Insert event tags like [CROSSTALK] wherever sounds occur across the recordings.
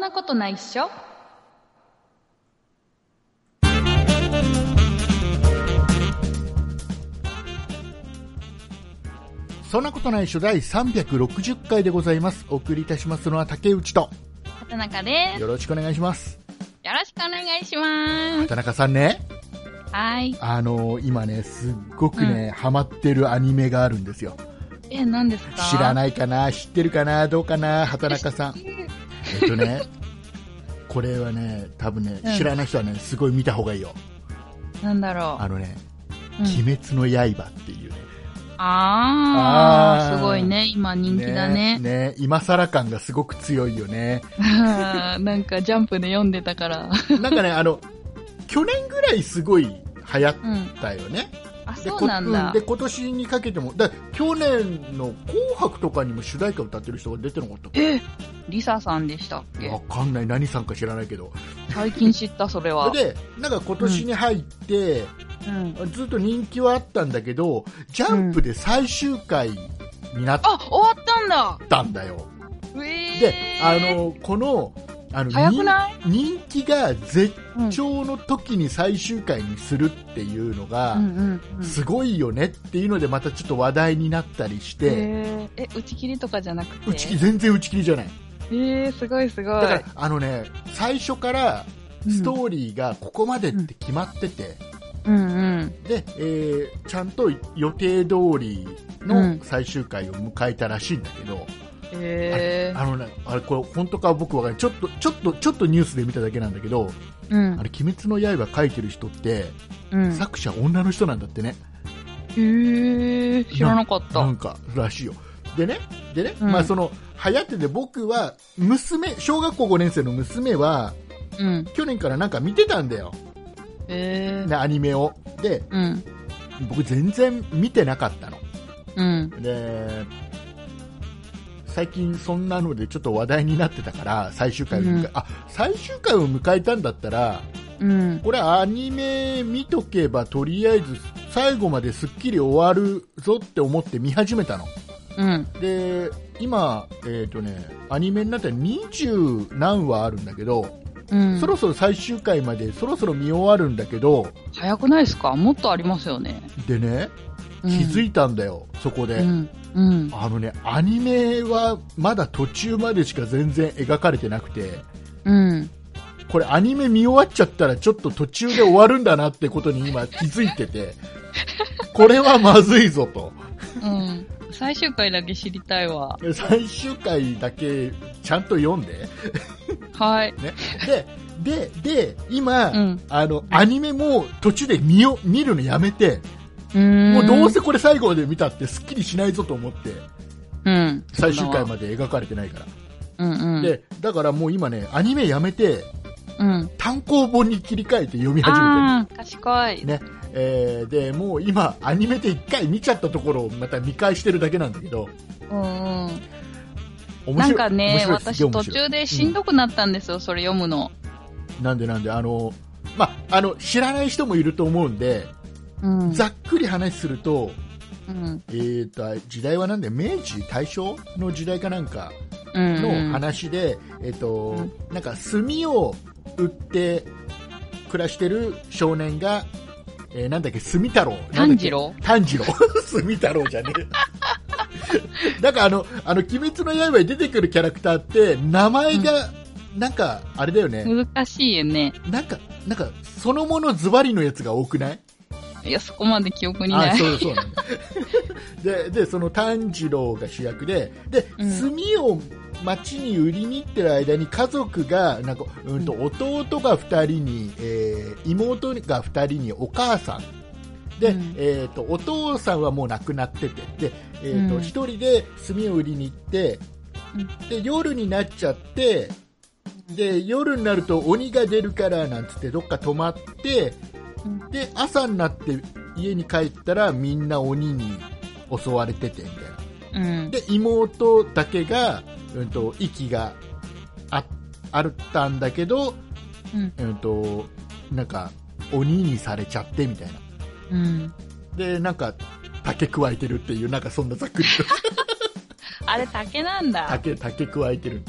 なことないっしょそんなことないっしょ第360回でございます。お送りいたしますのは竹内と、畑中ですよろしくお願いします。よろしくお願いします畑中さんね、はいあのー今ね、すっごくね、ハマってるアニメがあるんですよ。え何ですか知らいないかな知ってるかなどうかな畑 [LAUGHS] 中さん。えっとね、これはね、多分ねうん、知らない人はね、すごい見た方がいいよ。なんだろあのね、う、うん鬼滅の刃っていうね。あーあーすごいね今人気だねね今更感がすごく強いよね。あー [LAUGHS] なんかジャンプで読んでたからなんかね、あの、去年ぐらいすごい流行っうんたよね。あでそうなんだこうんで、今年にかけても、だ去年の紅白とかにも主題歌歌ってる人が出てなかったっえリサさんでしたっけけわかんない。何さんか知らないけど。最近知ったそれはそれで、なんか今年に入って、うん、ずっと人気はあったんだけど、ジャンプで最終回になっあ終わったんだたんだよ。えー、で、あの、この、あの、早くない人人気が絶うん頂の時に最終回にするっていうのが、うんうんうんすごいよねっていうのでまたちょっと話題になったりしへて、ーえ打ち切りとかじゃなくて打ち切り全然打ち切りじゃない。えー、すごいすごいだから、あのね、最初からストーリーがここまでって決まってて、うんうんで、えーちゃんと予定通りうんの最終回を迎えたらしいんだけど、えー、あのね、あれこれ本当か僕わかんない。ちょっと、ちょっと、ちょっとニュースで見ただけなんだけど、うんあれ、鬼滅の刃書いてる人って、うん作者女の人なんだってね。へー、知らなかっなたんか、らしいよ。でね、でね、うんまあその、流行ってて僕は、娘、小学校5年生の娘は、うん去年からなんか見てたんだよ。えー、ね、アニメを。で、うん僕全然見てなかったの。うんで、最近そんなのでちょっと話題になってたから、最終回を迎え、うんあ、最終回を迎えたんだったら、うんこれアニメ見とけばとりあえず最後まですっきり終わるぞって思って見始めたの。うんで、今、えっ、とね、アニメになったら20何話あるんだけど、うんそろそろ最終回までそろそろ見終わるんだけど、早くないですかもっとありますよねでね、気づいいたんだよ、そこで。てうんうんあのね、アニメはまだ途中までしか全然描かれてなくて、うんこれアニメ見終わっちゃったらちょっと途中で終わるんだなってことに今気づい [LAUGHS] てて、これはまずいぞと。うん最終回だけ知りたいわ最終回だけちゃんと読んで。はいね。で、で、で、今、うんあの、アニメも途中で見よ、見るのやめて、ももうどうせこれ最後まで見たってスッキリしないぞと思って、うん最終回まで描かれてないから。うんうんで、だからもう今ね、アニメやめて、うん単行本に切り替えて読み始めああー賢いてる。ね。えーで、もう今、アニメで一回見ちゃったところをまた見返してるだけなんだけど、うんうん面な白い。んかね、面白い私途中でしんど、どくなったんですよ、それ読むの。うんなんでなんで、あの、まあ、あの、知らない人もいると思うんで、うん。ざっくり話すると、うん。えーと、時代はなんで、明治、大正の時代かなんかうん。の話で、えっ、と、なんか炭を売って暮らしてる少年が、えーなんだっけ、炭太郎。炭治郎炭治郎。 [LAUGHS] 炭太郎じゃねえ。 [LAUGHS] なんかあの、あの、鬼滅の刃に出てくるキャラクターって、名前が、なんか、あれだよね。難しいよね。なんか、なんか、そのものズバリのやつが多くないいや、そこまで記憶にあない。そうそうなんだ [LAUGHS] ででその炭治郎が主役でで、うん炭を町に売りに行ってる間に家族がなんか、うん、と弟が2人に、えー妹が2人にお母さんで、うんえー、とお父さんはもう亡くなっててで、えーとうん1人で炭を売りに行ってうんで夜になっちゃってで夜になると鬼が出るからなんつってどっか泊まってうんで朝になって家に帰ったらみんな鬼に襲われててみたいなうん。で妹だけが、うん、と息がああったんだけど、うんうん、となんか鬼にされちゃってみたいなうん。でなんか竹加えてるっていうなんかそんなざっくりとあれ、竹なんだ。竹竹加えてる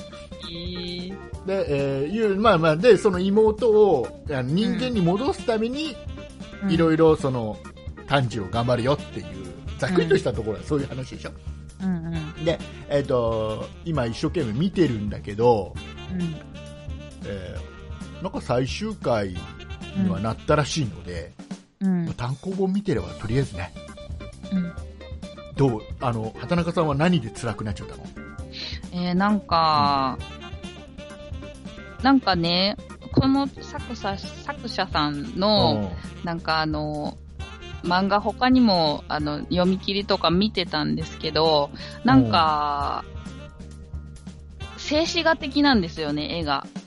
いえー、で、えーいう、まあまあ、で、その妹をあ人間に戻すために、いろいいろその、炭治郎頑張るよっていう、ざっくりとしたところはそういう話でしょ。ろ。うんうん。で、えっ、と、今一生懸命見てるんだけど、えーなんか最終回にはなったらしいので、うん。まあ単行本見てればとりあえずね、うんどう、あの、畑中さんは何で辛くなっちゃったのえー、なんか、なんかね、この作者作者さんの、なんかあの、漫画他にもあの読み切りとか見てたんですけど、なんか、静止画的なんですよね、絵が。うん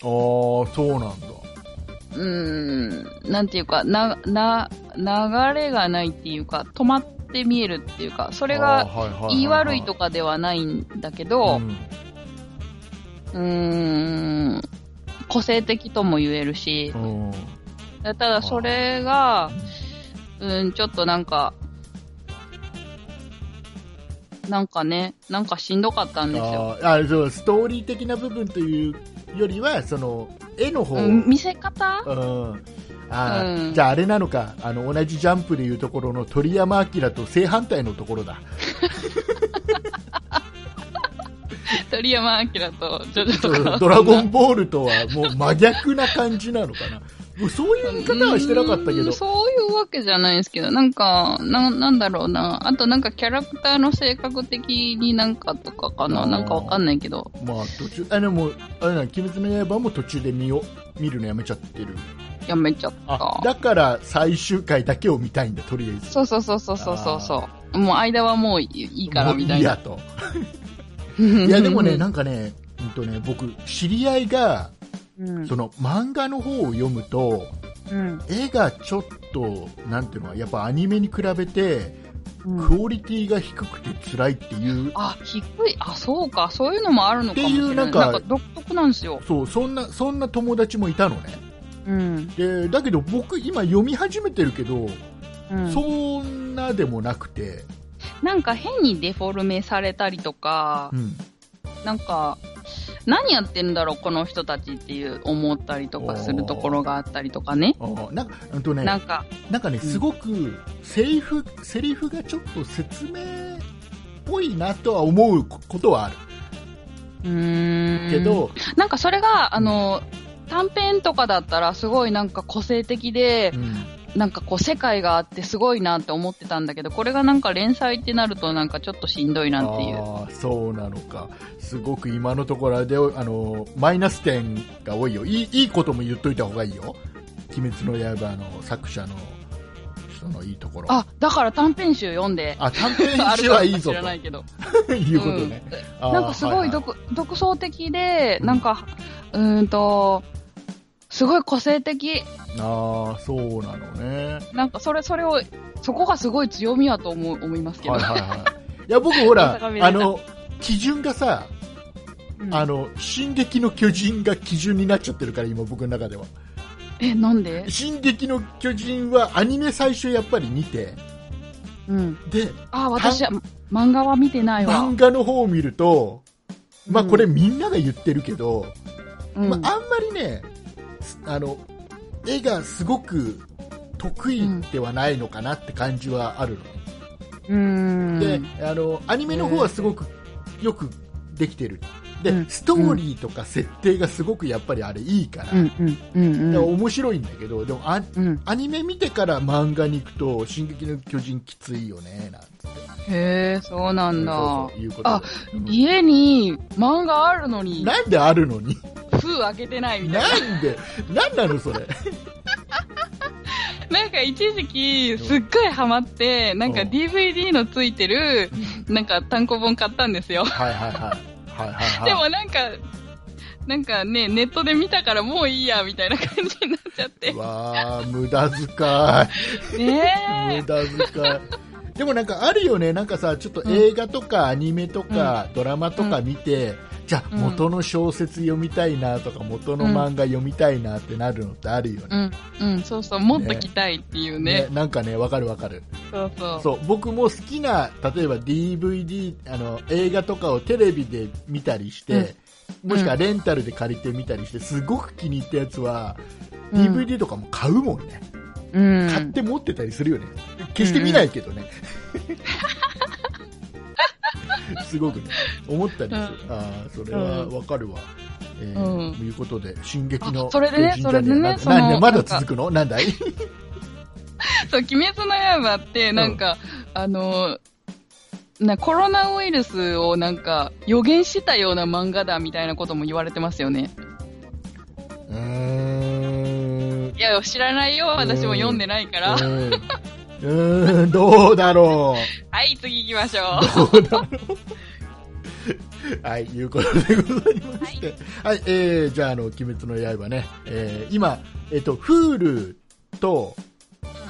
ああ、そうなんだ。うーん、なんていうか、な、な、流れがないっていうか、止まって見えるっていうか、そこれが、言い悪いとかかではないんだけど、うーん、個性的とも言えるし、うん、うんただそれが、うん、ちょっとなんか、なんかね、なんかしんどかったんですよ。あーあそうストーリー的な部分というよりはその絵の方、ううんん見せ方 [LAUGHS] あーうんじゃああれなのかあの同じジャンプでいうところの鳥山明と正反対のところだ鳥山明とジョジョとか。 [LAUGHS] ドラゴンンボールとはもう真逆な感じなのかなもうそういう言い方はしてなかったけどそういうわけじゃないですけど、なんか、な、なんだろうな。あとなんかキャラクターの性格的になんかとかかあな。ーなんかわかんないけど。まあ途中あでもあれなの鬼滅の刃も途中で見よ見るのやめちゃってるやめちゃっあた。だから最終回だけを見たいんだとりあえずそうそうそうそうそうそうそう。もう間はもういいいからみたいな。もういいやといいやでも [LAUGHS] ね、なんかね、うんとね僕、知り合いがうんその漫画の方を読むとうん絵がちょっと、なんていうのやっぱアニメに比べてうんクオリティが低くて辛いっていう、あ、低い。あ、そうか。そういうのもあるのかもしれない。っていうななんんかか独特なんですよ。そうそんなそんな友達もいたのね。うん。でだけど僕、今読み始めてるけど、うん、そんなでもなくて、なんか変にデフォルメされたりとかう、ん、なんか、何やってんだろう、この人たちっていう思ったりとかするところがあったりとかね。あーなんかうんとねなんか、なんかね、うんすごくセリフセリフがちょっと説明っぽいなとは思うことはあるうーん。けど、、なんかそれが、あの、短編とかだったらすごいなんか個性的で、なんかこう世界があってすごいなって思ってたんだけど、これがなんか連載ってなるとなんかちょっとしんどいなっていう。あーそうなのかすごく今のところであのマイナス点が多いよいいいいことも言っといた方がいいよ「鬼滅の刃」の作者の人のいいところあ、だから短編集読んで。あ短編 [LAUGHS] あ集るかはもいいぞ知らないけど。ということね、あーなんかすごいは独,、独創的で、うんなんか、うーんと、すごい個性的。いはいあーそうなのねなんかそれ、それを、そこがすごい強みやと思う、思いますけど。はいはいはいいや僕 [LAUGHS] ほら大阪見れたあの基準がさ、うんあの、進撃の巨人が基準になっちゃってるから、今僕の中では。え、なんで進撃の巨人はアニメ最初やっぱり見て、うん。で、あ、私は、漫画は見てないわ漫。画の方を見ると、まあうんこれみんなが言ってるけど、うんまああんまりね、すあの、絵がすごく得意ではないのかなって感じはあるの。うーん。で、あの、アニメの方はすごくよくできてる。で、うんストーリーとか設定がすごくやっぱりあれいいから、うんうんうんでうん。面白いんだけど、でもあうん、アニメ見てから漫画に行くと、進撃の巨人きついよね、なんつって。へえ、そうなんだ。そうそういうことであうん家に漫画あるのに、なんであるのに封開けてないみたいな。なんで、なんなのそれ。なんか一時期すっごいハマって、なんかうん DVD のついてる、なんか単行本買ったんですよ。はいはいはい。はいはいはい。でもなんか、なんかね、ネットで見たからもういいや、みたいな感じになっちゃってう。わあ無駄遣い。ね無駄遣い。でもなんかあるよね、なんかさ、ちょっと映画とかアニメとか、ドラマとか見て、じゃあうん元の小説読みたいなとか、元の漫画読みたいなってなるのってあるよえ。うね。ん、うん、そうそう、もっと着たいっていうね。なんかね、わかるわかる。そうそう。そう僕も好きな例えば DVD あの映画とかをテレビで見たりして、もしくはレンタルで借りてみたりして、すごく気に入ったやつは、うん DVD とかも買うもんね。う買っん。て持ってたりするよね。決して見ないけどね。すごくね、思ったんですよ。ああ、それはわかるわ。えーうんということで、進撃のあそれでね巨人じゃそれえでねなんそのなんでまなだんか続くのな [LAUGHS] んだいそう、鬼滅の刃って、なんか、あの、なコロナウイルスをなんか予言したような漫画だみたいなことも言われてますよね。うーん。いや、知らないよ。私も読んでないから。うんうーん、どうだろはい、次行きま [LAUGHS] しょう。う。どうだろう。はい、いうことでございまして。はい、えー、じゃあ、あの、鬼滅の刃ね。えー、今、えっ、と、Hulu と、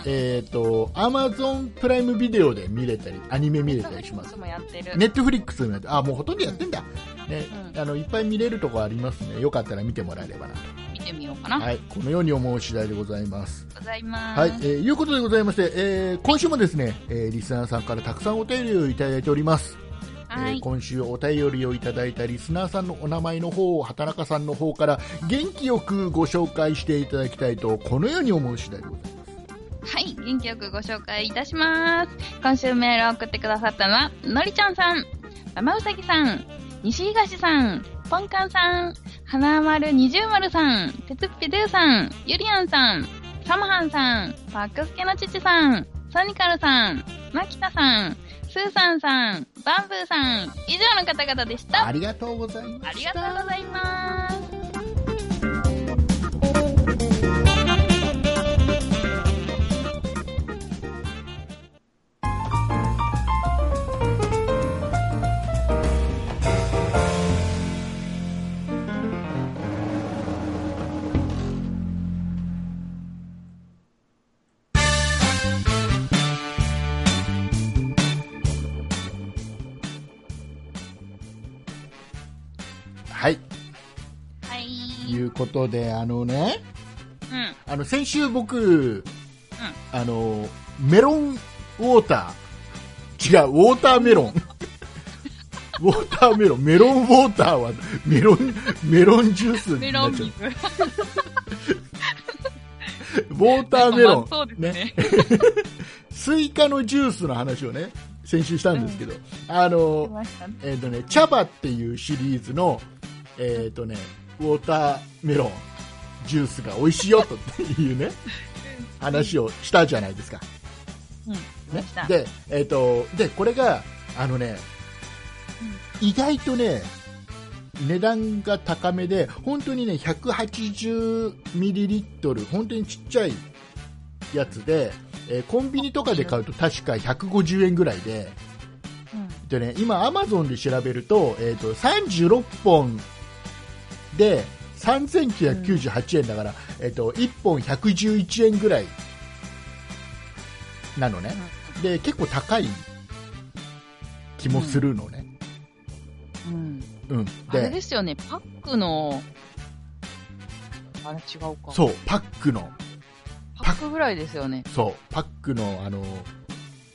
えっ、と、Amazon プライムビデオで見れたり、アニメ見れたりします。もやってる。ネットフリックスもやって、あ、もうほとんどやってんだ。ね、うんあの、いっぱい見れるとこありますね。よかったら見てもらえればなと。見てみようかな。はい、このように思う次第でございます。ございます。はい、えーいうことでございまして、えー今週もですね、えーリスナーさんからたくさんお便りをいただいております。はえーい。今週お便りをいただいたリスナーさんのお名前の方を畑中さんの方から元気よくご紹介していただきたいとこのように思う次第でございますはい。元気よくご紹介いたします。今週メールを送ってくださったのは、のりちゃんさん、ママウサギさん、西東さん、ポンカンさん、花丸二重丸さん、てつっぴドゥさん、ゆりやんさん、サマハンさん、パックスケの父さん、ソニカルさん、マキタさん、スーさんさん、バンブーさん、以上の方々でした。ありがとうございますありがとうございます。はいはい。いうことであのねうん。あの先週僕、あのメロンウォーター違うウォーターメロン [LAUGHS] ウォーターメロンメロンウォーターはメロンメロンジュースメになロっンちゃう水。ウォーターメロン、まあ [LAUGHS] そうですね。スイカのジュースの話をね先週したんですけど、あ出のましたねえっ、とね茶葉っていうシリーズのえっ、とねウォーターメロンジュースが美味しいよというね話をしたじゃないですか。うん。ね出ました。、でえっ、とでこれがあのね意外とね値段が高めで本当にね180ミリリットル本当にちっちゃいやつで、えーコンビニとかで買うと確か150円ぐらいで。うんでね、今、アマゾンで調べると,、えー、と36本で3998円だから、えー、と1本111円ぐらいなのね、で結構高い気もするのね。うん。うんあれでですよね、パックの、あれ違うか。そうパックのパックぐらいですよね。そうパックのあの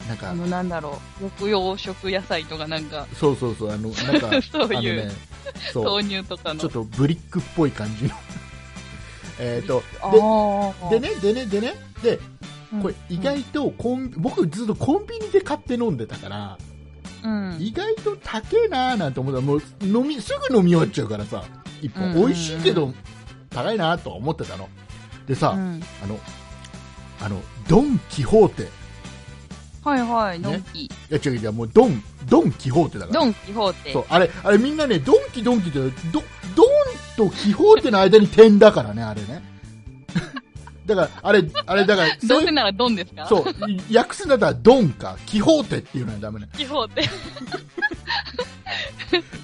なんかあの、なんだろう、緑養殖野菜とかなんか、そうそうそうあのなん [LAUGHS] かそういうあのねそう豆乳とかの。ちょっとブリックっぽい感じの [LAUGHS] えっとでああ。で、ね、でね、でね、で、うんこれ意外とコン、僕ずっとコンビニで買って飲んでたから、うん。意外と高えなーなんて思ったら、もう飲み、すぐ飲み終わっちゃうからさ、一本、うん美味しいけど、高いなーとは思ってたの。でさ、うんあの、あの、ドン・キホーテ、いはいはい、ドンキ。や違う違う、もうドン、ドン・キホーテだから。ドンキホーテ。そう、あれ、あれみんなね、ドンキドンキって、ド、ドンとキホーテの間に点だからね、あれね。 [LAUGHS] だから、あれ、あれ、だから、どうせならドンですかそう、訳すんだったらドンか、キホーテっていうのはダメね。キホーテ。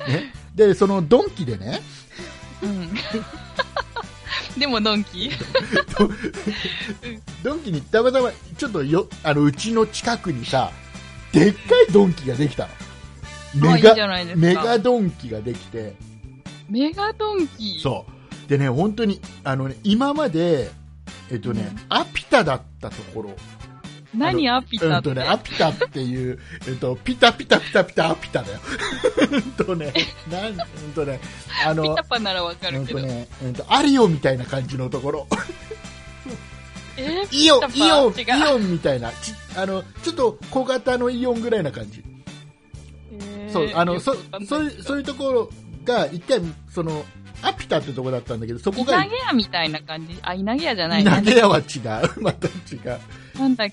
ねで、そのドンキでね、うん。 [LAUGHS] でもドンキドンキにたまたま、ちょっとよ、あの、うちの近くにさ、でっかいドンキができたの。あメいいガじ、ゃないですか。メガドンキができて、メガドンキ。そう。でね、本当に、あのね、今まで、えっとね、アピタだったところ何アピうタんって、とね、アピタっていう、えっと、ピタピタピタピタアピタだよ。うんとね、なん、うんとね、あピのタ、パならわかうるんけとど。ね、うんと、アリオみたいな感じのとこ [LAUGHS] ろ。えーイオン、ピイオン、タパ違うイオンみたいな、ち、あの、ちょっと小型のイオンぐらいな感じ。そう、あの、そ、そういう、そういう。いうところが、一回、その、アピタってとこだったんだけど、そこ稲毛が、屋みたいな感じ。あ、稲毛屋じゃない。投げ屋は違う。 [LAUGHS] また違う。なんだっ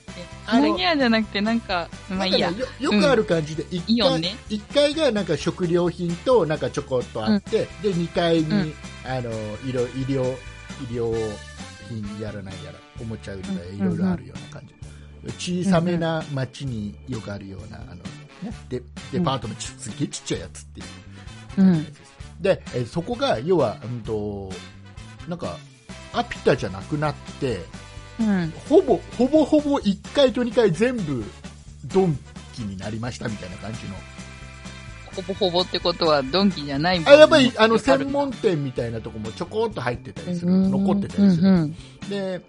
あけ。の稲毛屋じゃなくて、なんか、まあいいやなん。かねよよくある感じで、一イオ階ンね一階がなんか食料品となんかちょこっとあって、で二階に、うんあの医療医療医療品やらないやらおもちゃ売り場やうんいろいろあるような感じ、小さめな町によくあるようなあの、ね、デデパートのちすっげえちっちゃいやつっていううん。でえそこが要は、うん、となんかアピタじゃなくなってうん。ほぼほぼほぼ1階と2階全部ドンキになりましたみたいな感じのほぼほぼってことは、ドンキじゃないもんあやっぱりあのわかる専門店みたいなとこもちょこっと入ってたりする、うん残ってたりする、うんうんで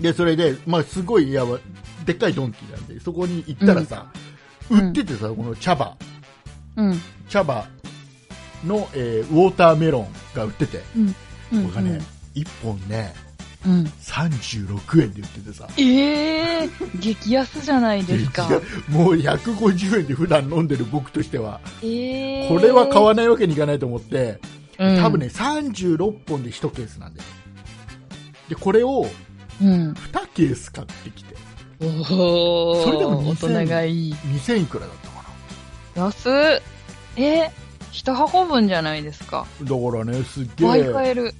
でそれで、まあ、すごいいやわでっかいドンキなんでそこに行ったらさ、うん売っててさこの茶葉うん。茶葉の、えーウォーターメロンが売ってて、うん。これがね、1本ねうん。 36円で売っててさええー、激安じゃないですか。もう150円で普段飲んでる僕としてはええー。これは買わないわけにいかないと思って、うん多分ね、36本で1ケースなんだよ。で、これをうん。 2ケース買ってきて、おお。それでも大2000人がいい。 2000いくらだったかな。安っえ一箱分じゃないですか。だからね、すっげ倍買え、える。す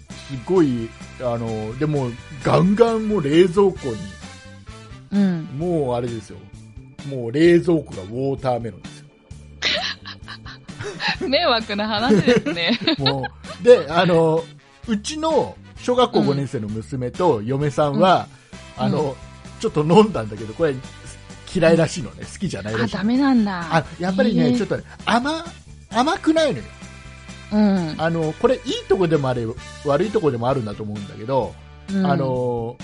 ごい、あの、でも、ガンガンもう冷蔵庫に、うん。もうあれですよ、もう冷蔵庫がウォーターメロンですよ。迷惑な話ですね。もう、で、あの、うちの小学校5年生の娘と嫁さんは、うんあの、ちょっと飲んだんだけど、これ嫌いらしいのね、好きじゃないあ、らしいダの。メなんだ。あやっぱりえね、ーちょっとね甘甘くないのようん。あの、これいいとこでもあれ悪いとこでもあるんだと思うんだけど、うんあ、の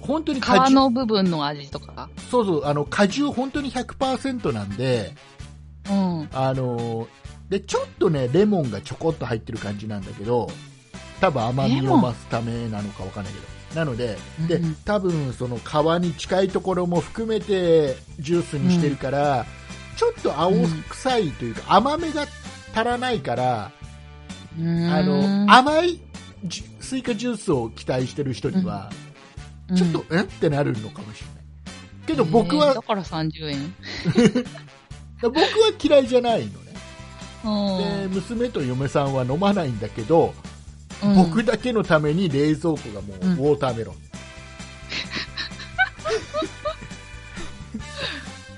本当に皮果汁の部分の味とか。そうそうあの果汁本当に100%なんでうん。あのでちょっとねレモンがちょこっと入ってる感じなんだけど多分甘みレをモン増すためなのかわかんないけどなのででうん多分その皮に近いところも含めてジュースにしてるから、ちょっと青臭いというか、甘めが足らないから、あの甘いジュスイカジュースを期待してる人には、ちょっと、えってなるのかもしれないけけど僕は、だから30円。僕は嫌いじゃないのうね、んで娘と嫁さんは飲まないんだけど、うん僕だけのために冷蔵庫がもううんウォーター [LAUGHS] メロン、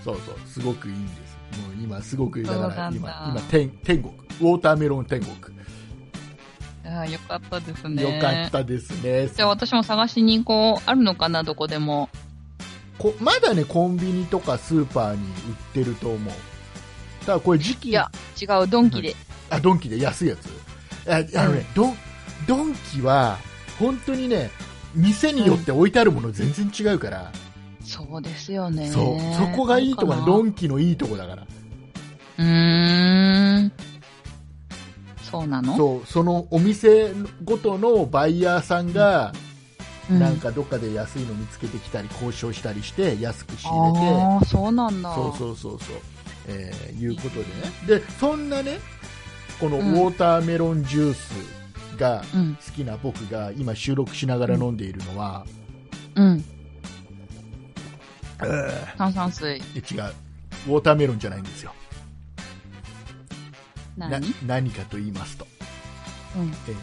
そうそうすごくいいんですもう今すごくだかそうならんだ今今天天国ウォーターメロン天国、あーよかったですね。よかったですねじゃあ私も探しに行こう。あるのかな、どこでも。こまだねコンビニとかスーパーに売ってると思うただこれ時い期や、違う、ドンキで。あドンキで安いやつああのね、ドンドンキは本当にね店によって置いてあるもの全然違うから、そうですよね。そうそこがいいとこあねるかなドンキのいいとこだからうーん。そうなのそうそのお店ごとのバイヤーさんが、うんなんかどっかで安いの見つけてきたり交渉したりして安く仕入れてああ、そうなんだ。そうそうそうそう、えーいうことでねでそんなねこのウうんォーターメロンジュースがうん、好きな僕が今収録しながら飲んでいるのは、うん。えー炭酸水。違うウォーターメロンじゃないんですよ何な何かと言いますと,、うんえーとね、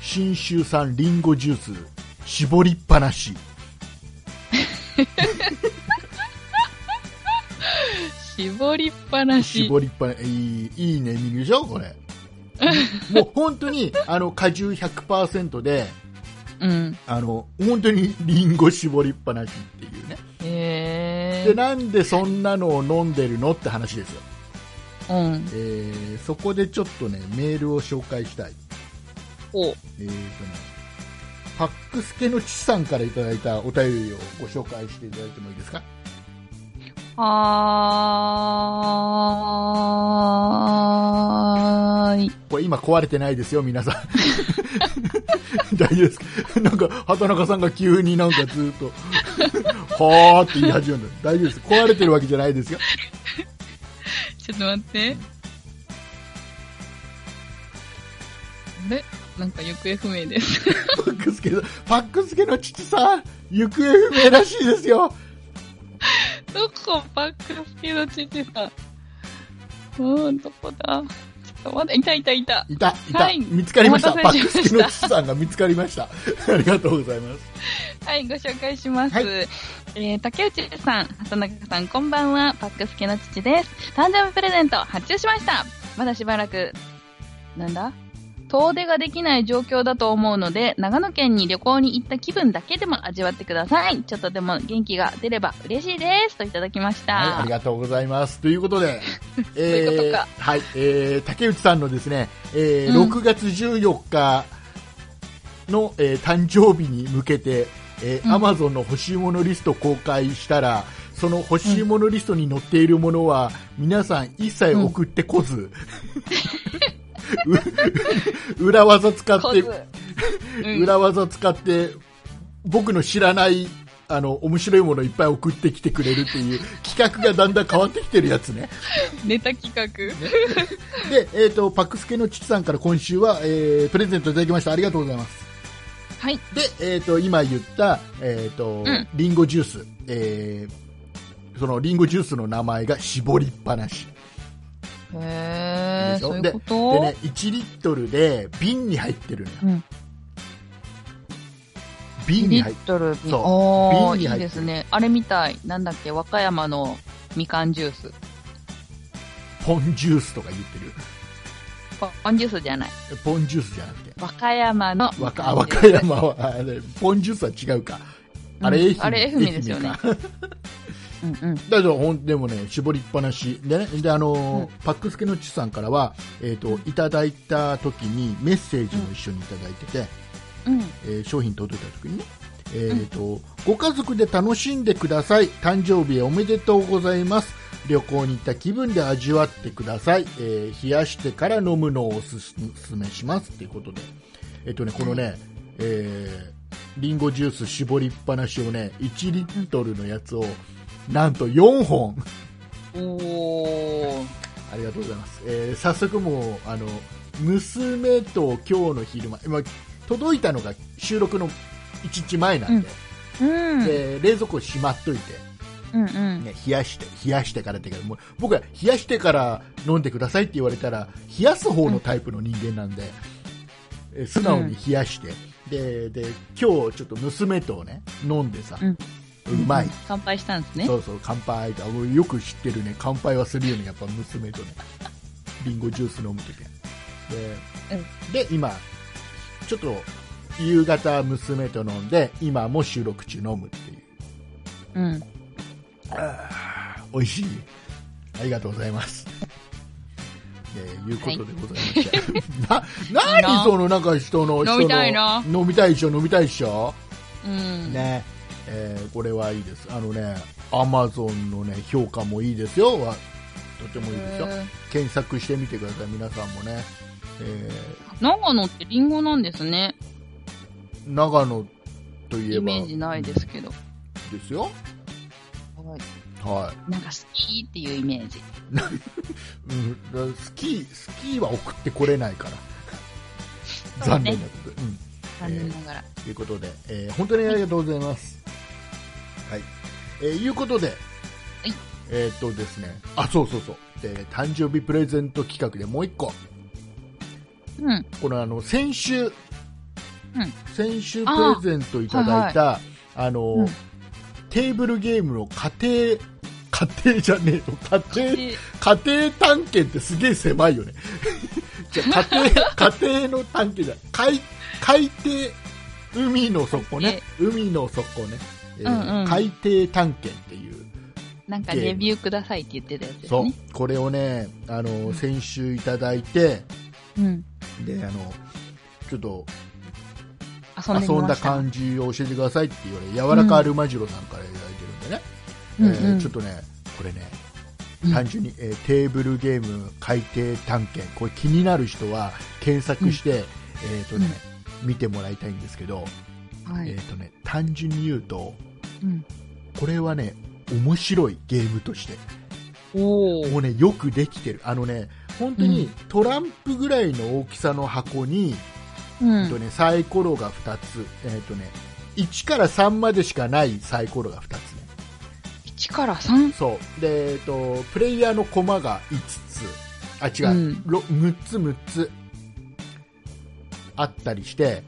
信州産リンゴジュース絞りっぱなし絞りっぱなし。絞りっぱなしいいいいネーミングでしょこれもう本当にあの果汁100%でうん。あの本当にリンゴ絞りっぱなしっていうねへでえ。なんでそんなのを飲んでるのって話ですよ、うん。えーそこでちょっとねメールを紹介したいおう。えーとねハックスケのちさんからいただいたお便りをご紹介していただいてもいいですかはーい。これ今壊れてないですよ、皆さん。 [LAUGHS] 大丈夫ですかなんか、畑中さんが急になんかずっと、はーって言い始めるの大丈夫です。壊れてるわけじゃないですよ。ちょっと待って。あれなんか行方不明です。パックスケの、パックスケの父さん、行方不明らしいですよ。どこバックスピードついてた。うーん、どこだちょっと待って、いたいたいた。いた、いた、はい見つかりました。おパッ待クたせスしケましたの父さんが見つかりました。ありがとうございます。はい、ご紹介します。はいえー、竹内さん、畑中さん、こんばんは。パックスケの父です。誕生日プレゼント発注しました。まだしばらく、なんだ遠出ができない状況だと思うので、長野県に旅行に行った気分だけでも味わってください。ちょっとでも元気が出れば嬉しいです。といただきました。はい、ありがとうございます。というこ [LAUGHS] とで、ういうことかーはい、えー、竹内さんのですね、えーうん6月14日の、えー誕生日に向けて、えーうん Amazon の欲しいものリスト公開したら、その欲しいものリストに載っているものは、皆さん一切送って [LAUGHS] こず、う裏技使っこて、ずうん [LAUGHS] 裏技使って、僕の知らない、あの、面白いものいっぱい送ってきてくれるっていう企画がだんだん変わってきてるやつね。ネタ企画。で、えっ、と、パックスケの父さんから今週は、えープレゼントいただきました。ありがとうございます。はい。で、えっ、と、今言った、えっ、と、うんリンゴジュース、えーそのリンゴジュースの名前が絞りっぱなし。へー、でしょそういうこでとね、1リットルで瓶に入ってるのよ。うん瓶にリ入っットル瓶。そうおー、瓶にい入ってるいですね。あれみたい。なんだっけ、和歌山のみかんジュース。ポンジュースとか言ってる。ポポンジュースじゃない。ポンジュースじゃなくて。和歌山のみ和か歌ん和ジュース歌山はあれポンジュースは違うかあれ、うん愛媛あれ愛媛ですよね愛媛か [LAUGHS] うんうん。だけどほんでもね絞りっぱなしでねであのーパックスケのちさんからはえっ、といただいた時にメッセージも一緒にいただいてて、うん。えー商品届いた時にねえーとご家族で楽しんでください誕生日おめでとうございます旅行に行った気分で味わってください、えー冷やしてから飲むのをおすすめしますということで、えっとね、このね、えーリンゴジュース絞りっぱなしをね1リットルのやつをなんと4本おー。ありがとうございます、えー早速もうあの娘と今日の昼間、まあ、届いたのが収録の1日前なんで、うん。うんで冷蔵庫しまっといて、うん。ね、冷やして冷やしてからっていうかもう僕は冷やしてから飲んでくださいって言われたら冷やす方のタイプの人間なんで、え素直に冷やして、でで今日ちょっと娘とね飲んでさ、うんうまい、乾杯したんですねそ。うそう乾杯だ俺よく知ってるね乾杯はするよねやっぱ娘とねリンゴジュース飲むときはで,、で今ちょっと夕方娘と飲んで今も収録中飲むっていううん。美味しいありがとうございます [LAUGHS] えいうことでございました、 [LAUGHS] な何そのなんか人の人の飲みたいな飲みたいでしょ飲みたいでしょ、うん。ねえーこれはいいですあのねアマゾンのね評価もいいですよはとてもいいですよへー検索してみてください皆さんもね、え長野ってリンゴなんですね。ー長野といえばイメージないですけど。ですよはいなんか好きっていうイメージ。うん、だからスキー、スキーは送ってこれないから。そう残ね念なことで。うん。残念ながら。ということで、えー本当にありがとうございます。はい。えーいうことで、いえーっとですね、あ、そうそうそう。で、誕生日プレゼント企画でもう一個。うん。このあの、先週、先週プレゼントいただいた、あ,、の、うんテーブルゲームの家庭、家庭じゃねえよ、家庭で家庭探検ってすげえ狭いよね。じゃあ家庭、家庭の探検じゃない海、海底、海の底ね。海の底ね。えーうんうん海底探検っていう。なんかレビューくださいって言ってたやつですそうね。。これをね、あの、先週いただいて、うん。で、あの、ちょっと、遊んでみ遊んまだした。感じを教えてくださいって言われ柔らかアルマジロさんからいただいてるんでね、うんえーうんちょっとねこれねうん単純に、えーテーブルゲーム海底探検これ気になる人は検索して、えーとね見てもらいたいんですけど、はいえーとね、単純に言うとうん、これはね面白いゲームとしておもーうねよくできてるあのね本当うにトランプぐらいの大きさの箱に、うえっとん。ね、サイコロが2つ、えっとね、1から3までしかないサイコロが2つね1から 3? そうで、えっとプレイヤーの駒が5つあ違う、うんろ6つ6つあったりして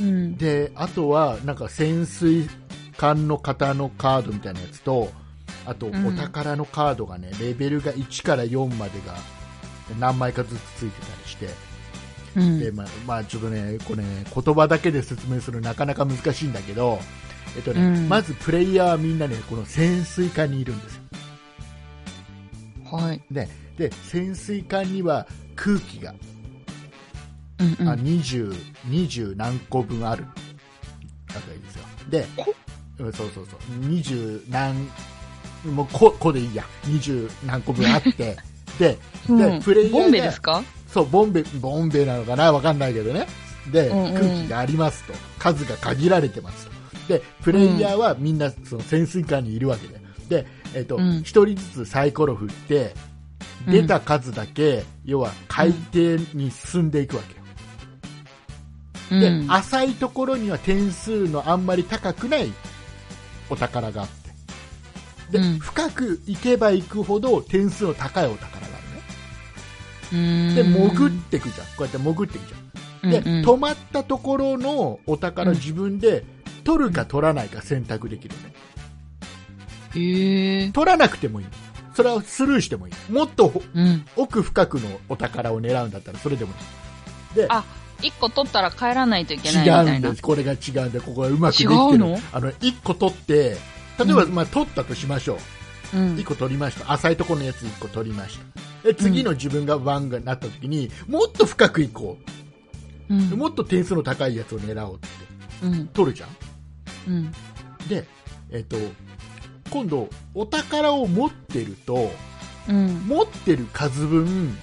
うん。であとはなんか潜水艦の型のカードみたいなやつとあとうんお宝のカードがね、レベルが1から4までが何枚かずつついてたりしてうでん。まあまあ、ちょっとね、これね言葉だけで説明するのなかなか難しいんだけど、えっとねうんまずプレイヤーはみんな、ね、この潜水艦にいるんですよはい。で潜水艦には空気が、うんうあん。 20, 20何個分あるわけですよでうんそうそうそう20何もうここでいいや20何個分あって [LAUGHS] でうんプレイヤーがボンベですかそうボンベボンベなのかなわかんないけどねで、うんうん空気がありますと数が限られてますとでプレイヤーはみんなその潜水艦にいるわけでで、えっとうん1人ずつサイコロ振って出た数だけ、要は海底に進んでいくわけよ、うで、ん。浅いところには点数のあんまり高くないお宝があってで、うん深く行けば行くほど点数の高いお宝があるねうんで潜ってくじゃんこうやって潜ってくじゃんで、うんうん止まったところのお宝自分で取るか取らないか選択できるねへえ。取らなくてもいいそれはスルーしてもいいもっとほうん。奥深くのお宝を狙うんだったらそれでもいいあ1個取ったら帰らないといけないみ違たういんなで。すこれが違うんでここがうまくできてる違うのあの1個取って例えば、うまあ、取ったとしましょうう1ん。個取りました浅いところのやつ1個取りましたで次の自分が1がなった時にもっと深く行こうう、ん。もっと点数の高いやつを狙おうってうん。取るじゃんうん。で、えっと今度お宝を持ってるとうん。持ってる数分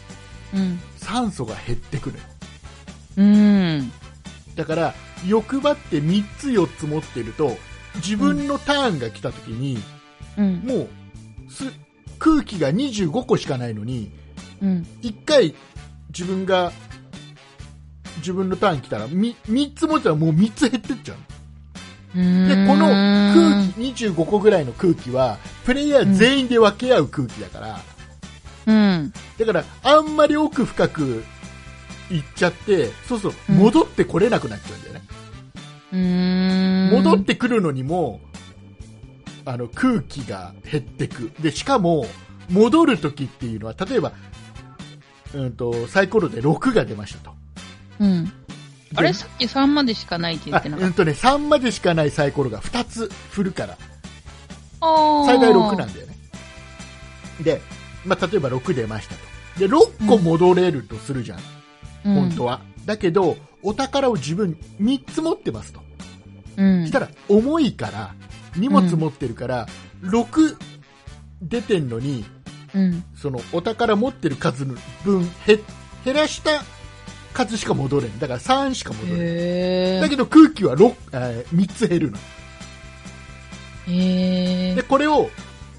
うん。酸素が減ってくるうん。だから欲張って3つ4つ持ってると自分のターンが来た時に、うん。もうす空気が25個しかないのにうん。 1回自分が自分のターン来たら 3, 3つ持ってたらもう3つ減ってっちゃうでこの空気25個ぐらいの空気はプレイヤー全員で分け合う空気だから、うん。だからあんまり奥深く行っちゃってそうそううん戻ってこれなくなっちゃうんだよね、うん。戻ってくるのにもあの空気が減ってくでしかも戻る時っていうのは例えば、うん、とサイコロで6が出ましたとうん。であれさっき3までしかないって言あってなかうっんとね、3までしかないサイコロが2つ振るからた。あー最大6なんだよね。で、まあ、例えば6出ましたと。で、6個戻れるとするじゃん、うん本当は。だけど、お宝を自分3つ持ってますと。うん。したら、重いから、荷物持ってるから、6出てんのに、うん。そのお宝持ってる数の分減、減らした数しか戻れん。だから3しか戻れん。へだけど空気は6、え3つ減るの。え。へでえ。これを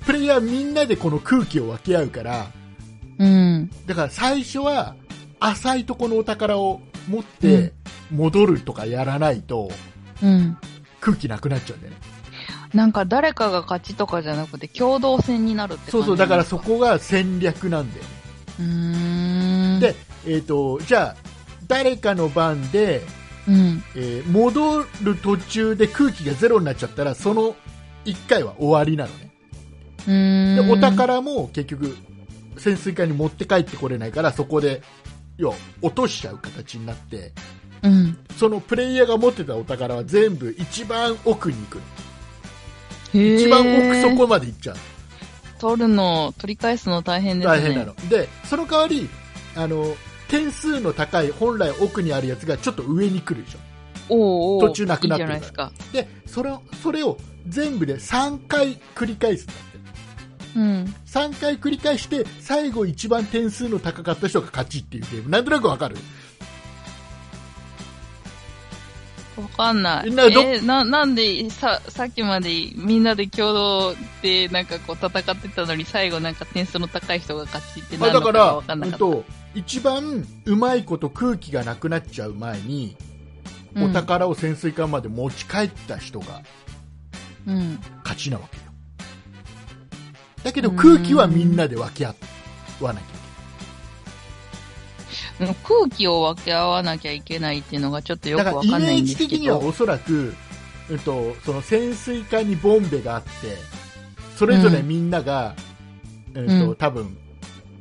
プレイヤーみんなでこの空気を分け合うからうん。だから最初は浅いとこのお宝を持って戻るとかやらないとうん。空気なくなっちゃうんだよね、なんか誰かが勝ちとかじゃなくて共同戦になるって感じそうそうだからそこ。こが戦略なんだよね、うーん。で、えー、とじゃあ誰かの番で、うん。えー戻る途中で空気がゼロになっちゃったらその1回は終わりなのねうーでん。お。宝も結局潜水艦に持って帰ってこれないからそこで要は落としちゃう形になってうん。そのプレイヤーが持ってたお宝は全部一番奥に行くのへ一番奥そこ底まで行っちゃう取るの、取り返すの大変ですね。大変なのでその代わりあの点数の高い本来奥にあるやつがちょっと上に来るでしょおうおう途中なくなっていいるじゃないですか。でそれをそれを全部で3回繰り返すんだってうん。 3回繰り返して最後一番点数の高かった人が勝ちっていうゲームなんとなくわかるわかんない。みんなどえーな、なんで、さ、さっきまでみんなで共同でなんかこう戦ってたのに、最後なんか点数の高い人が勝ちってあなるのだかかがらわかんなうんかった。と一番うまいこと空気がなくなっちゃう前に、うんお宝を潜水艦まで持ち帰った人がうん。勝ちなわけよだけど空気はみんなで分け合わなきゃいけないでも空気を分け合わなきゃいけないっていうのがちょっとよくだわからかイんメないーんでジす的けにはど。おそらく、うん、とその潜水艦にボンベがあってそれぞれみんなが、うんうとん多分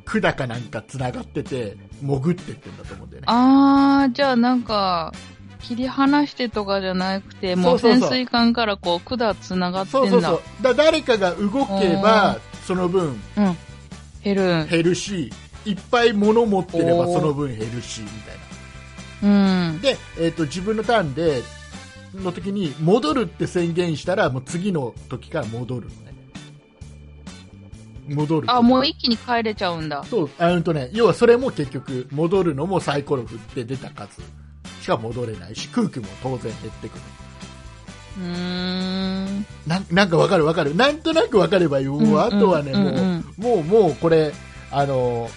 管かなんかつながってて潜ってってんだと思うんだよねあー、じゃあなんか、切り離してとかじゃなくて、もうそうそう潜そう水艦からこう管繋がってんそだ。うそうそうだ誰かが動けばその分うん。減る。減るしいっぱい物持ってればおーその分減るしみたいなうん。で、えー、と自分のターンでの時に戻るって宣言したらもう次の時から戻るのね戻るあ、もう一気に帰れちゃうんだ。そうあうんとね要はそれも結局戻るのもサイコロ振って出た数しか戻れないし空気も当然減ってくるうーん。なんなんかわかるわかるなんとなくわかればいいもう、あとはね、うんうんうんもうもうもうこれあの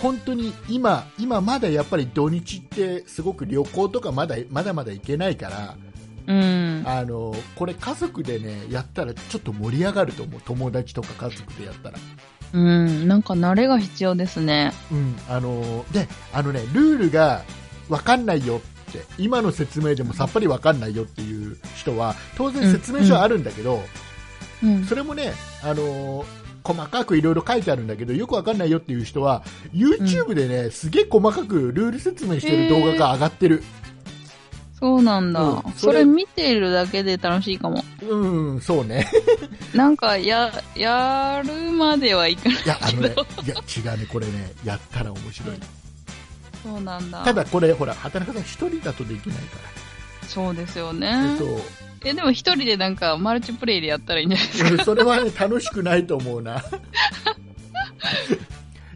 本当に今今まだやっぱり土日ってすごく旅行とかまだまだまだ行けないからうん。あのこれ家族でねやったらちょっと盛り上がると思う友達とか家族でやったらうん。なんか慣れが必要ですね。うん、あのーであのねルールが分かんないよって今の説明でもさっぱり分かんないよっていう人は当然説明書はあるんだけど、うん。それもね、あのー細かくいろいろ書いてあるんだけどよく分かんないよっていう人は YouTube でね、すげえ細かくルール説明してる動画が上がってる、そうなんだ、うんそそれれ見ているだけで楽しいかも。うんそうね [LAUGHS] なんか、や、やるまではいかない。いやあのねいや違うねこれねやったら面白いそうなんだ。ただこれほら畑中さん一人だとできないかそうですよら、ね。そうえ、でも一人でなんかマルチプレイでやったらいいんじゃないですか。うんそれはね、楽しくないと [LAUGHS] 思うな。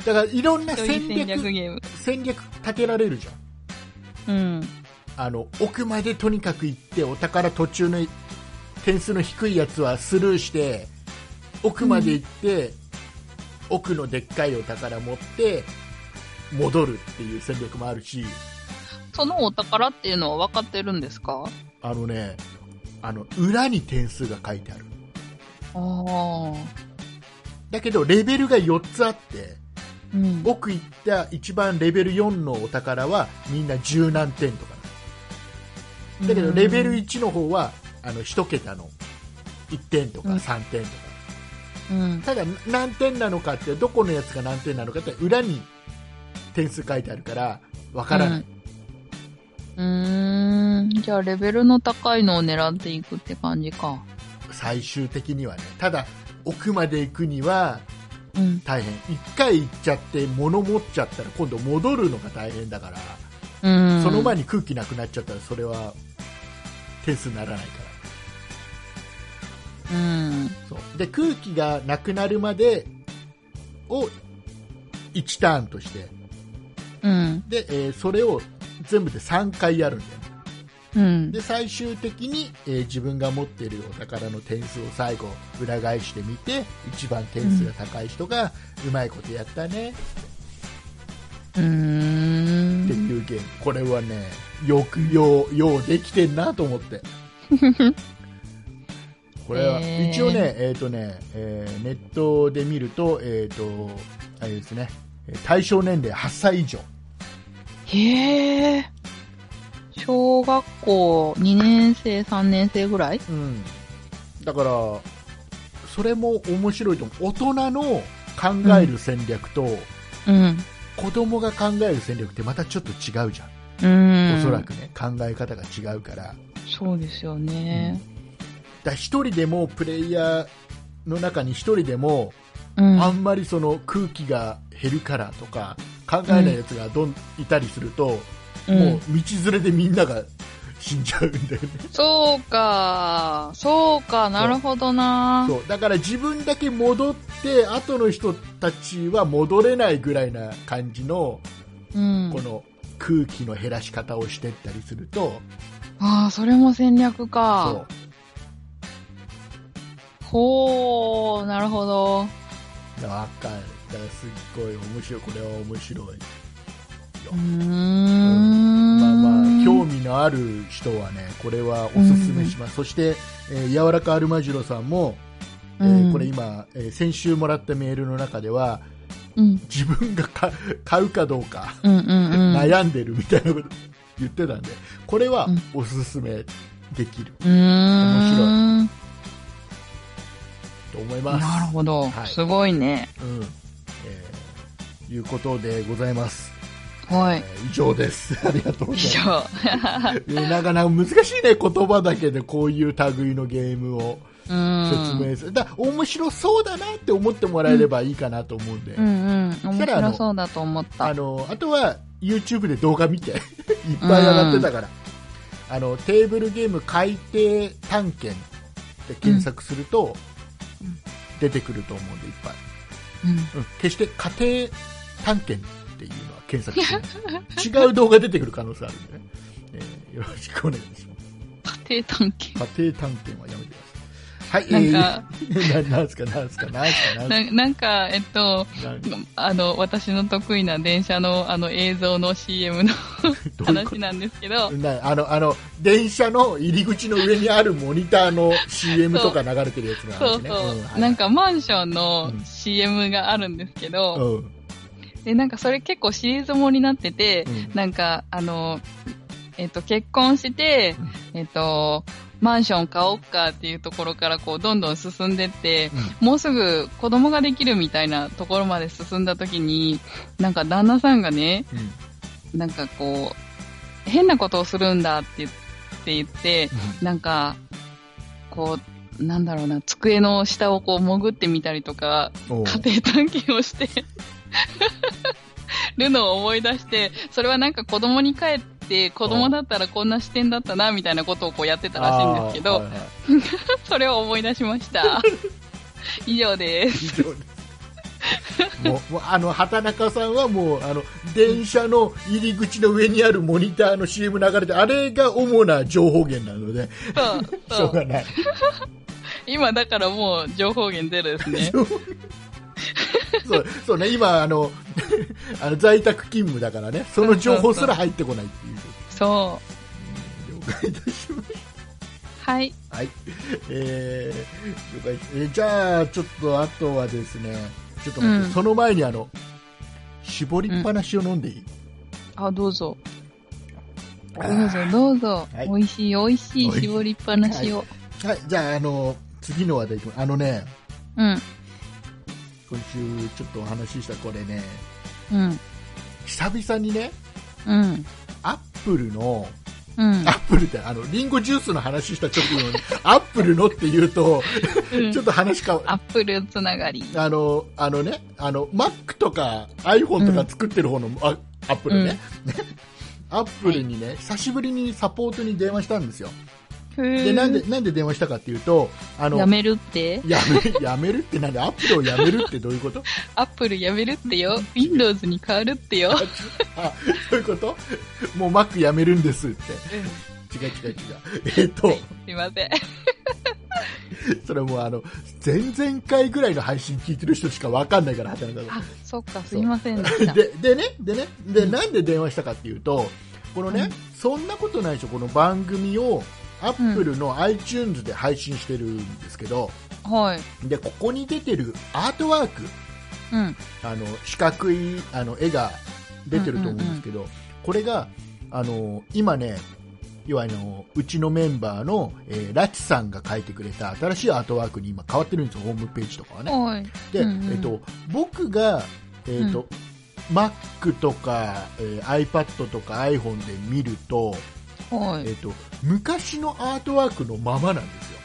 だから、いろんなそういう戦戦略略、ゲーム。戦略立てられるじゃん。うん。あの、奥までとにかく行って、お宝途中の点数の低いやつはスルーして、奥まで行って、奥のでっかいお宝持って、戻るっていう戦略もあるし、そのお宝っていうのは分かってるんですかあのね、あの、裏に点数が書いてある。ああ。だけど、レベルが4つあって、うん。僕行った一番レベル4のお宝はみんな十何点とかだけどレベル1の方はあの1桁の1点とかうん3点とか、うん。ただ何点なのかってどこのやつが何点なのかって裏に点数書いてあるからわからない、うん。うーん。じゃあ、レベルの高いのを狙っていくって感じか。最終的にはねただ奥まで行くにはうん。大変1回行っちゃって物持っちゃったら今度戻るのが大変だから、うん。その前に空気なくなっちゃったらそれは点数にならないからうん。そうで空気がなくなるまでを1ターンとしてうん。で、えーそれを全部で3回やるんだよねうん。で最終的に、えー自分が持っているお宝の点数を最後裏返してみて一番点数が高い人がうまいことやったねうーってん。いうゲームこれはねよくようようできてんなと [LAUGHS] 思ってこれは、えー一応ね,、えーとねえーネットで見ると,、えー、とあれですねえー対象年齢8歳以上へえ。小学校2年生、3年生ぐらいうん、だからそれも面白いと思う大人の考える戦略と、うん。子供が考える戦略ってまたちょっと違うじゃうんん、。おそらく。ね考え方が違うからだかそうですよね。ら一人でもプレイヤーの中に一人でも、うん。あんまりその空気が減るからとか考えないやつがどん、いたりするとうんもう道連れでみんなが死んじゃうんだよね、そうか、そうか、なるほどな。そうだから自分だけ戻って後の人たちは戻れないぐらいな感じのうんこ。の空気の減らし方をしてったりすると、ああ、それも戦略そか。うほう、なるほど。だからだからすっごい面白いこれは面白い、うーまん。あまあ興味のある人はねこれはおすすめします、そして、えー柔らかアルマジロさんも、えーうんこれ今、えー先週もらったメールの中ではうん、自分がか [LAUGHS] 買うかどうかうん、うん、うん。悩んでるみたいなこと言ってたんでこれはうんおすすめできるうーん。面と思います。なるほど。はいすごいね。うんえーいうことでございます、はいえ。ー以上です。 [LAUGHS] ありがとうご以ざいます。上。えーなかなか難しいね、言葉だけでこういう類のゲームをう [LAUGHS] 説ん。明する。だ面白そうだなって思ってもらえればいいかなと思うんで。うんうん。面したらあの白そうだと思ったあ。の、あとは YouTube で動画見て、い [LAUGHS] っぱい上がってたから。あの、テーブルゲーム海底探検って検索するとうん、出てくると思うんで、いっぱい。うんうん、決して家庭探検っていうのは検索しない違う動画出てくる可能性あるんでね、えーよろしくお願いしま家庭探検。す家庭探検はやめてくださいなはいんか、えー [LAUGHS] ななんすかなんすかなんすかなんすななんか、えっと、かなんあの、私の得意な電車のあの映像の CM [LAUGHS] のどういうこ話なんですけどと、なあのあの電車の入り口の上にあるモニターの CM とか流れてるやつのそ話うねそう、んはいなんかマンションのうん CM があるんですけうど、んうんで、なんかそれ結構シリーズもになってて、なんか、あの、えっと、結婚して、えっと、マンション買おっかっていうところからこう、どんどん進んでって、もうすぐ子供ができるみたいなところまで進んだ時に、なんか旦那さんがね、うんうんなんかこう、変なことをするんだって言って言って、なんか、こう、なんだろうな、机の下をこう潜ってみたりとか、おう家庭探検をして [LAUGHS] るのを思い出して、それはなんか子供に帰って、子供だったらこんな視点だったな、みたいなことをこうやってたらしいんですけあど、ーはいはいそれを思い出しま [LAUGHS] した。以上です。以上です。もうもうあの畑中さんはもうあの電車の入り口の上にあるモニターの CM 流れてあれが主な情報源なのでそう、しょそうう。がない今だからもう情報源ゼロですね。そうそうね今あの [LAUGHS] あの在宅勤務だからねその情報すら入ってこないっていうそ了解いたしましう。はい。たはいえー、了解えーじゃあちょっとあとはですねちょっと待って、うんその前にあの絞りっぱなしを飲んでいい、あ、どうぞ。あどうーぞ、どうぞ。はい美味しい、美味しい、美味しい絞りっぱなしを。はい、じゃあ、あの、次の話題いきます。あのね、うん、今週ちょっとお話ししたこれね、うん、久々にね、うん、アップルの、うんア。ップルってあの、リンゴジュースの話した直後に、アップルのって言うと、うんちょっと話変わアップルつながり。あの、あのね、あの、Mac とか iPhone とか作ってる方の、あアップルね。 [LAUGHS] アップルにね、久しぶりにサポートに電話したんですよ。で、でなんで、なんで電話したかっていうと、あの、やめるってやめ、やめるってなんで、アップルをやめるってどうい [LAUGHS] うことアップルやめるってよ ?Windows に変わるってよあそういうこともうマックやめるんですって。違う違う違う。えっと、すいません。それもうあの、前々回ぐらいの配信聞いてる人しかわかんないから、畑中さあ、そっか、すいませんでしたん。。で、でね、でね、で、なんで電話したかっていうと、このね、うんそんなことないでしょ、この番組を、アップルの iTunes で配信してるんですけど、はい。で、ここに出てるアートワーク、うん。あの四角いあの絵が出てると思うんですけど、これがあの今ね要はあのうちのメンバーの、えーラチさんが描いてくれた新しいアートワークに今変わってるんですよホームページとかはね。はい。で、うんうんえっと僕が、えっと Mac とか、えー iPad とか iPhone で見ると,、はえい。っと昔のアートワークのままなんですよ。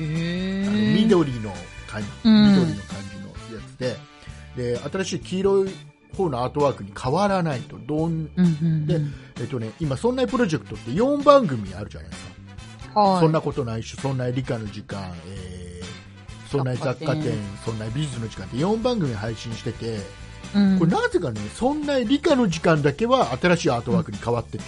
へあのぇ緑の感じ、うん緑の感じのやつで、で新しい黄色い方のアートワークに変わらないとうどん、んうんでえっとね、今、そんなプロジェクトって4番組あるじゃないですか、はい、そんなことないし、そんな理科の時間、えーそんな雑貨雑貨店店、そんな美術の時間って4番組配信してて、うんこれなぜかね、そんな理科の時間だけは新しいアートワークに変わってて、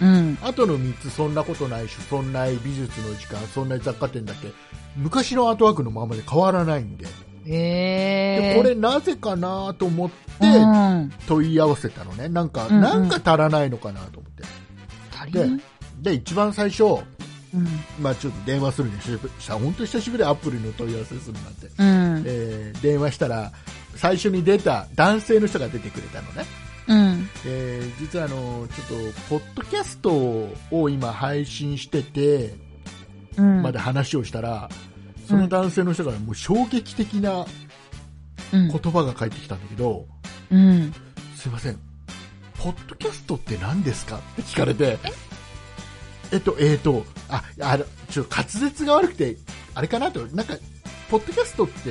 うんあとの3つ、そんなことないし、そんな美術の時間、そんな雑貨店だけ、昔のアートワークのままで変わらないんで、えでー、これなぜかなと思ってうん、問い合わせたのね、なんか、うんうんなんか足らないのかなと思って。足りでない、で、一番最初、うんまあちょっと電話するにした本当に久しぶりアップルの問い合わせするなんて、うんえー電話したら最初に出た男性の人が出てくれたのね、うんえー実はあのちょっとポッドキャストを今配信しててうん、まで話をしたら、その男性の人がもう衝撃的なうん言葉が返ってきたんだけど、うん、すいませんポッドキャストって何ですかって聞かれてえっとえっとああのちょっと滑舌が悪くてあれかなとなんかポッドキャストって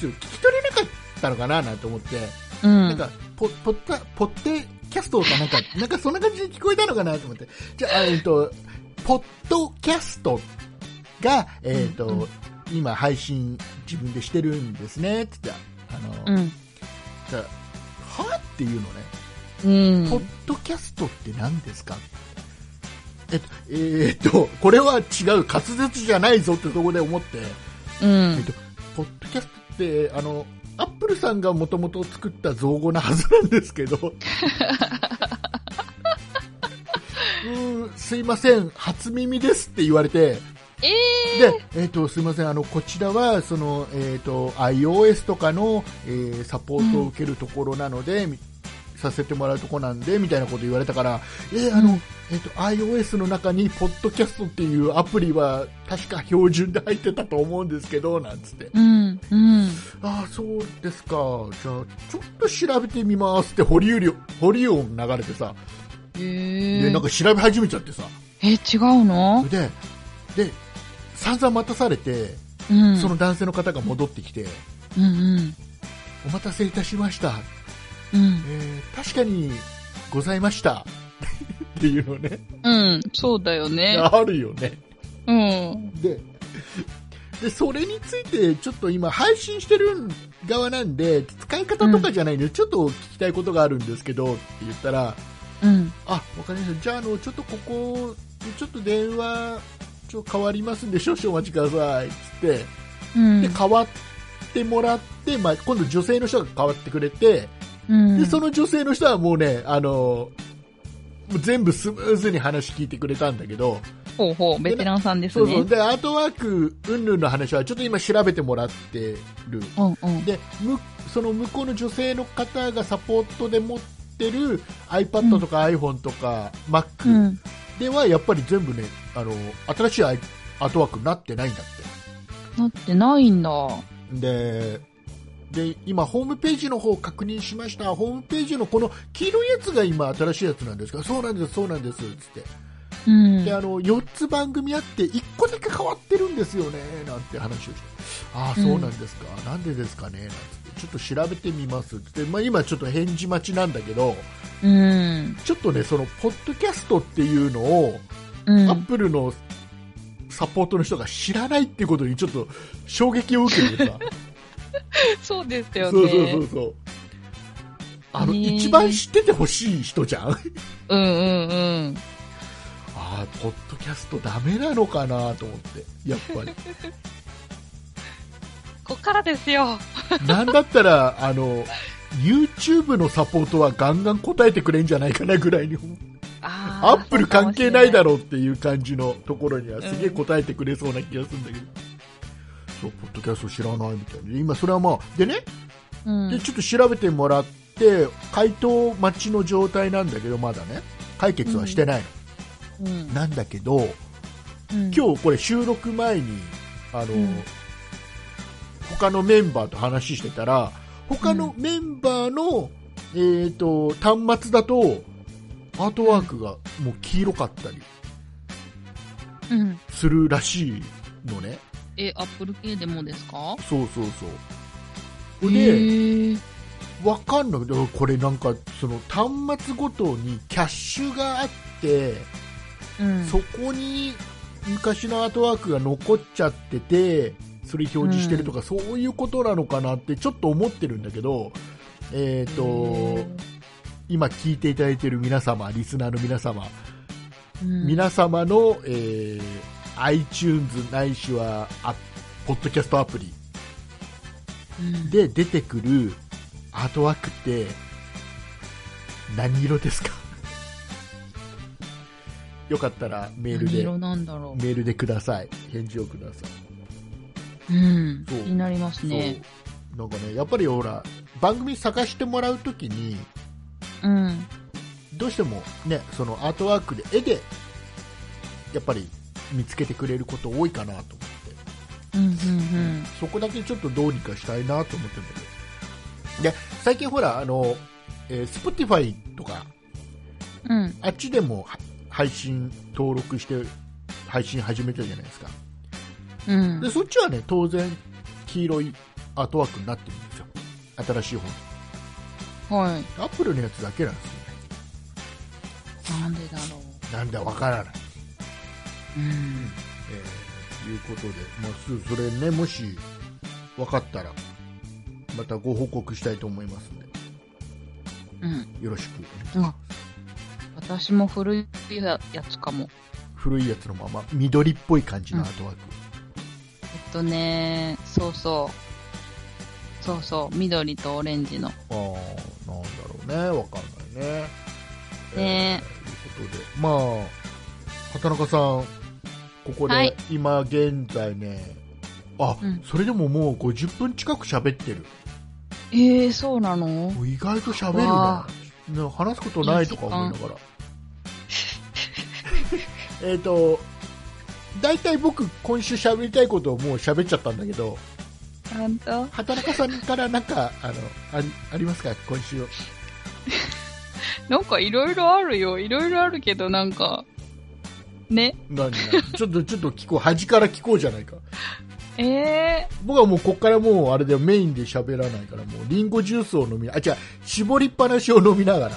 ちょっと聞き取れなかったのかななんて思って、うん、なんかポポッタポッテキャストかなんか [LAUGHS] なんかそんな感じに聞こえたのかなと思ってじゃあえっとポッドキャストがえっと、うんう今配信自分でしてるんですねって言ってあの、うん、じゃあはっていうのね、うん、ポッドキャストって何ですかえっと、えーっと、これは違う、滑舌じゃないぞってところで思って、うえっん、と、ポッドキャストって、あの、アップルさんがもともと作った造語なはずなんですけど、うーん、すいません、初耳ですって言われて、えで、えっとすみませんあの、こちらはその、えっと iOS とかの、えーサポートを受けるところなので、みさせてもらうとこなんでみたいなこと言われたから、えーあのうえっと iOS の中に、ポッドキャストっていうアプリは確か標準で入ってたと思うんですけどなんつって、ー、うん、うん、ああ、そうですか、じゃあちょっと調べてみますって保留量、保留音流れてさ、えでー、なんか調べ始めちゃってさ、え、違うので、で散々待たされて、うん、その男性の方が戻ってきて、うん、うん、お待たせいたしました、うんえ、ー確かにございました [LAUGHS] っていうのね、うん、そうだよね。あるよね。うん、で、でそれについて、ちょっと今、配信してる側なんで、使い方とかじゃないんで、ちょっと聞きたいことがあるんですけどって言ったら、うん、あ、わかりました、じゃあ、あのちょっとここ、ちょっと電話、ちょっ [LAUGHS] と変わりますんで、少々お待ちくださいっつって、うんで、変わってもらって、まあ、今度、女性の人が変わってくれて、うん、でその女性の人はもうね、あのもう全部スムーズに話聞いてくれたんだけど、ほうほう、ベテランさんですそうね。そうでアートワーク云々の話はちょっと今調べてもらってるうんうん。でむその向こうの女性の方がサポートで持ってる iPad とか iPhone とか Mac、うん。ではやっぱり全部ねあの新しいアイアートワークになってないんだって。なってないんだ。でで今、ホームページの方を確認しました、ホームページのこの黄色いやつが今、新しいやつなんですが、そうなんです、そうなんですつって、うん。であの4つ番組あって、1個だけ変わってるんですよねなんて話をして、ああ、そうなんですか、なんでですかねなんつって、ちょっと調べてみますって、まあ、今、ちょっと返事待ちなんだけど、うん。ちょっとね、そのポッドキャストっていうのを、うアッん。プルのサポートの人が知らないっていうことに、ちょっと衝撃を受けてさ。そう [LAUGHS] ですよね。そうそうそうそう。あの、ねえ一番知っててほしい人じゃん。あうんうんうん。あ、ポッドキャストダメなのかなと思って、やっぱり。こっからですよ。なんだったら、あの、YouTube のサポートはガンガン答えてくれんじゃないかなぐらいに、あーアップル関係ないだそうろうっていう感じのところにはすげえうん答えてくれそうな気がするんだけど。そう、ポッドキャスト知らないみたいで、今それはまあ、でね、かもしれでないちょっと調べてもらって回答待ちの状態なんだけどまだね解決はしてないの、うん。うん。なんだけどうん、今日これ収録前にあの、うん他のメンバーと話してたら他のメンバーの、えー、と端末だとアートワークがもう黄色かったりうん。するらしいのねえ、アップル系でもですかそうそうそうへでーわかんないけどこれなんかその端末ごとにキャッシュがあって、うんそこに昔のアートワークが残っちゃっててそれ表示してるとか、そういうことなのかなってちょっと思ってるんだけど、えー、と今聞いていただいてる皆様リスナーの皆様、うん皆様の、えー iTunes ないしはあポッドキャストアプリうんで出てくるアートワークって何色ですか [LAUGHS] よかったらメール何で色なんだろメールでください返事をくださう。うん。気そうになりますい、ね。そうなんかねやっぱりほら番組探してもらうときにうん。どうしてもねそのアートワークで絵でやっぱり見つけてくれること多いかなと思ってうんうんそこだけちょっとどうにかしたいなと思ってるんだけどで最近ほらあの、えー Spotify とかうん。うん。あっちでもは配信登録して配信始めたじゃないですかうんで。そっちはね当然黄色いアートワークになってるんですよ新しい方はい。アップルのやつだけなんですよなんでだろねなんだわからない、う。うん。えーということで、まあ、すそれねもし分かったらまたご報告したいと思いますんでうん。よろしくあ、私も古いやつかも。古いやつのまま緑っぽい感じのアートワーク、えっとね、そうそう。そうそう。緑とオレンジの。ああなんだろうねわかんないねねということでまあ畑中さんここはでい今現在ね、あ、うんそれでももう50分近く喋ってるええー、そうなのもう意外と喋るわなね話すことないとか思いながら [LAUGHS] えっと大体僕今週喋りたいことをもう喋っちゃったんだけど本当畑中さんからなんかあのありありますか今週なんかいろいろあるよ。いろいろあるけど、なんか。ね。何何ちょっとちょっと聞こう端から聞こうじゃないかええ僕はもうこっからもうあれだよメインで喋らないからもうリンゴジュースを飲みあ違う絞りっぱなしを飲みながら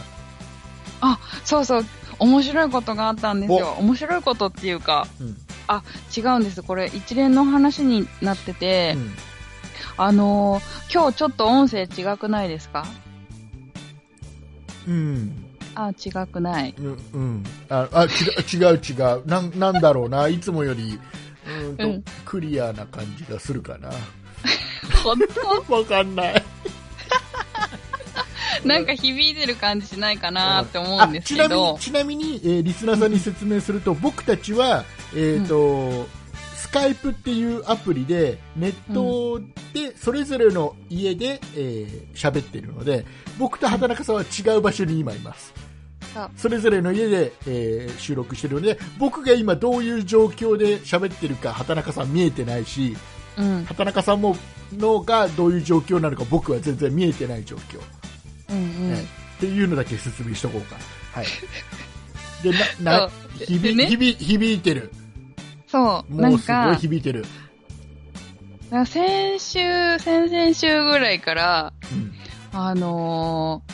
ー、そうそう。面白いことがあったんですよ。面白いことっていうか、うん、違うんです。これ一連の話になってて、うんあのー今日ちょっと音声違くないですかうんあ、違く [LAUGHS] ない。うんうんああ違う違う違うなんなんだろうないつもよりうんと、うんクリアな感じがするかな本 [LAUGHS] わかんない当なんか響いてる感じしないかなって思うんですけあちなみどに、ちなみに、えーリスナーさんに説明すると、僕たちは、えーとスカイプっていうアプリでネットでそれぞれの家で喋、えー喋ってるので僕と畑中さんは違う場所に今いますそうそれぞれの家で、えー収録してるので僕が今どういう状況で喋ってるか畑中さん見えてないしうん、畑中さんものがどういう状況なのか僕は全然見えてない状況うん、うん。ねっていうのだけ説明しとこうか。はい。で、な、な、そうひび、でねひび、響いてる。そう、なもうんすごいか、響いてる。なんか先週、先々週ぐらいから、うん。あのー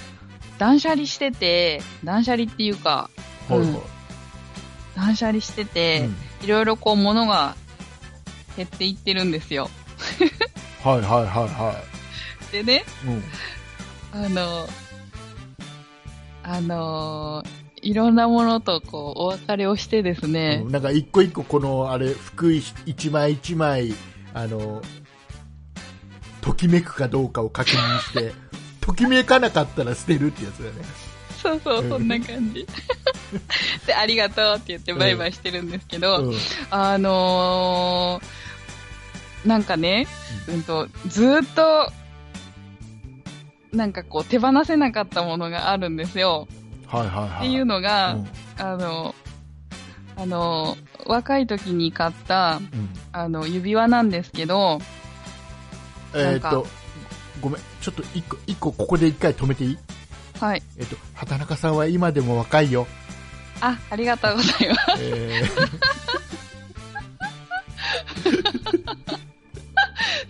断捨離してて、断捨離っていうか、はいはい。断捨離してうてん、いろいろこう物が減っていってるんですよ。はいはいはいはでね、い。うん。あの、あのいろんなものとこう、お別れをしてですねう、んなんか一個一個この、あれ、服一一枚一枚、あの、ときめくかどうかを確認 [LAUGHS] して、ときめかなかったら捨てるってやつだね。そうそうう、んそんな感じ。 [LAUGHS] で、ありがとうって言ってバイバイしてるんですけど、うん。あのーなんかね、うんと、ずーっと、なんかこう、手放せなかったものがあるんですよ。はいはいはっい。ていうのが、うんあの、あの、若い時に買った、うんあの、指輪なんですけど、えーっなんと、ごめん、ちょっと一個、一個ここで一回止めていいはい。えっと、畑中さんは今でも若 [LAUGHS] いよ。あ、ありがとうございます。え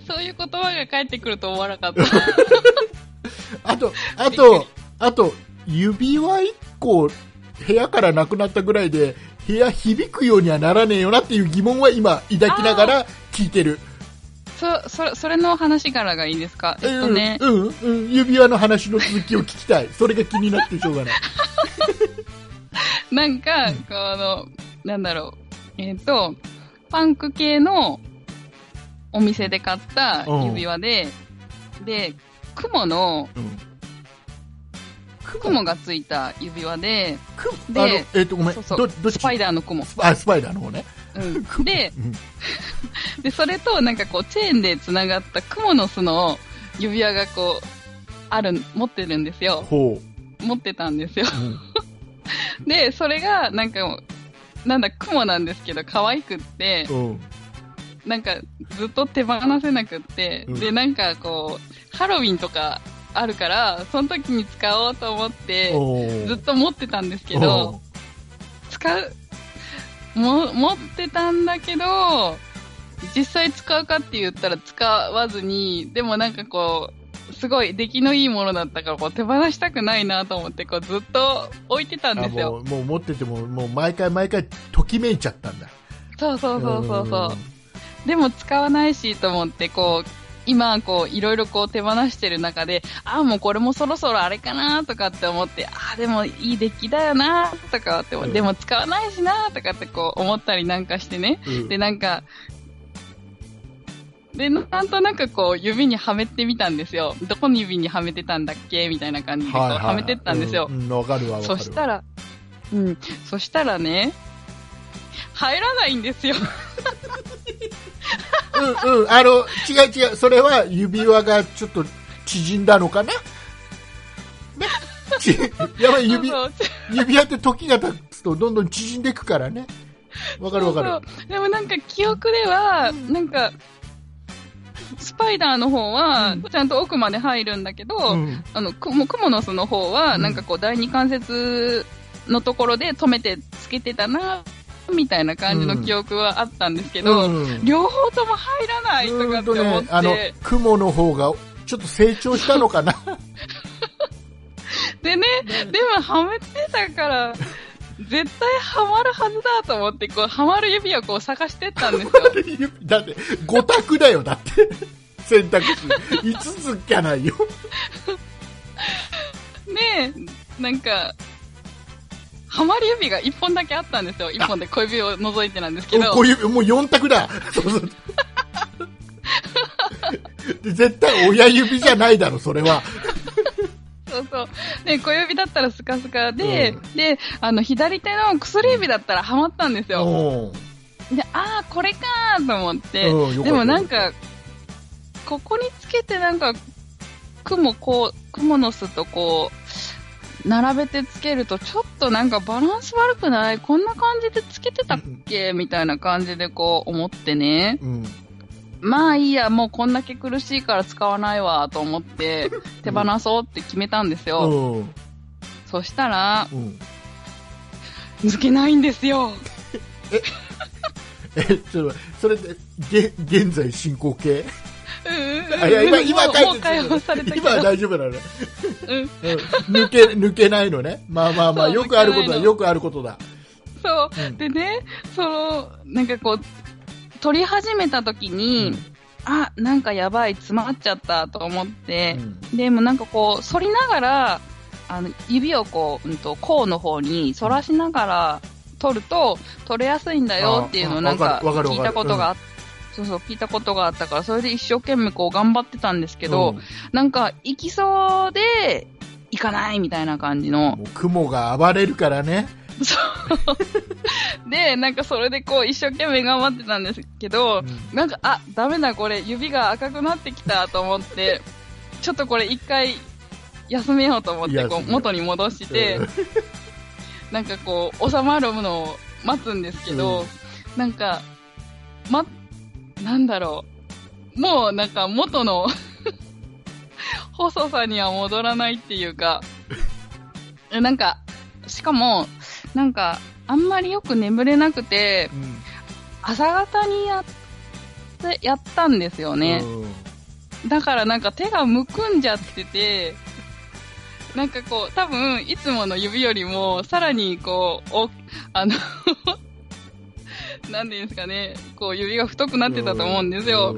そういう言葉が返ってくると思わなかった。あと、あと、あと、指輪1個部屋からなくなったぐらいで、部屋響くようにはならねえよなっていう疑問は今抱きながら聞いてる。そ、そ、それの話からがいいですかえっとね、うん、うん、うん、指輪の話の続きを聞きたい。それが気に [LAUGHS] なってしょうがない。なんか、この、なんだろう。えっ、と、パンク系のお店で買った指輪で、で、雲の、うん。雲がついた指輪で、くであの、えっ、と、ごめん。そうそうど、どっスちパイダーの雲。あ、スパイダーの方ね。 [LAUGHS] うん、でうん、で、それとなんかこう、チェーンで繋がった雲の巣の指輪がこう、ある、持ってるんですよ。ほ持ってたんですよ。う。うんで、それが、なんかもう、なんだ、雲なんですけど、可愛くって、うん。なんか、ずっと手放せなくって、うんで、なんかこう、ハロウィンとかあるから、その時に使おうと思って、おーずっと持ってたんですけど、、使う、も、持ってたんだけど、実際使うかって言ったら使わずに、でもなんかこう、すごい出来のいいものだったから、こう手放したくないなと思って、こうずっと置いてたおんーであすよも。うもう持ってても、もう毎回毎回、ときめいちゃったんだ。そうそうそうそうそう。でも使わないしと思って、こう、今、こう、いろいろこう手放してる中で、ああ、もうこれもそろそろあれかなとかって思って、ああ、でもいい出来だよなとかって、うんでも使わないしなとかってこう思ったりなんかしてね。うん。うんで、なんか、で、なんとなくこう指にはめてみたんですよ。どこに指にはめてたんだっけみたいな感じでこうはめてったんですよう。んわ、かるわ、わかそるしたら、うん、そしたらね、入らないんですよ。ら。うんうん。あの、違う違う。それは指輪がちょっと縮んだのか [LAUGHS] なね。ちやばい、[LAUGHS] 指そう、そう指輪って時が経つとどんどん縮んでいくからね。わかるわかる。そうそうでもなんか記憶では、うんなんか、スパイダーの方は、ちゃんと奥まで入るんだけど、うんあの、くもクモの巣の方は、うんなんかこう、第二関節のところで止めてつけてたな、みたいな感じの記憶はあったんですけど、うん両方とも入らないとかって思って、あの、雲の方がちょっと成長したのかな。でね、でもはめてたから、絶対ハマるはずだと思って、こう、ハマる指をこう探してったんですよ。 [LAUGHS] だって、五択だよ、だって。選択肢。5つじゃないよ。で、なんか、ハマり指が1本だけあったんですよ。1本で小指を除いてなんですけどこ。ういう、もう4択だ。そうそう。で絶対親指じゃないだろ、それは。そうそう。で、小指だったらスカスカで、で、あの、左手の薬指だったらハマったんですうよ。ん。で、あー、これかーと思って。うんよかったでもなんか、ここにつけてなんか、雲こう、雲の巣とこう、並べてつけると、ちょっとなんかバランス悪くないこんな感じでつけてたっけみたいな感じでこう思ってね。うん。まあいいや、もうこんだけ苦しいから使わないわと思って、手放そうって決めたんですうよ。ん。そしたら、うん。抜けないんですよ。え、ちょっと、それで、げ、現在進行形ああいや、今、もう今もう解放されたけど今。は大丈夫なのね。うん、うん抜け、抜けないのね。まあまあまあ、そうよくあること抜けだ、ないのよくあることだ。そうう。んでね、その、なんかこう、取り始めた時に、うんあ、なんかやばい、詰まっちゃったと思ってう、んでもなんかこう、反りながら、あの、指をこう、うんと、甲の方に反らしながら取ると、取れやすいんだよっていうのあをなんかわかる聞わいかるたことがあっそうそう、聞いたことがあったから、それで一生懸命こう頑張ってたんですけど、うんなんか、行きそうで、行かないみたいな感じの。もう雲が暴れるからね。で、なんかそれでこう一生懸命頑張ってたんですけど、うんなんか、あ、ダメだこれ、指が赤くなってきたと思って、ちょっとこれ一回休めようと思って、こ休めようう元に戻して、なんかこう、収まるのを待つんですけど、うんなんか、ま、なんだろう。もうなんか元の [LAUGHS] 細さには戻らないっていうか、えなんか、しかも、なんか、あんまりよく眠れなくて、うん朝方にやって、やったんですよね。うんだからなんか手がむくんじゃってて、なんかこう、多分、いつもの指よりも、さらにこう、お、あの、 [LAUGHS] なんていうんですかね、こう指が太くなってたと思うんですよ。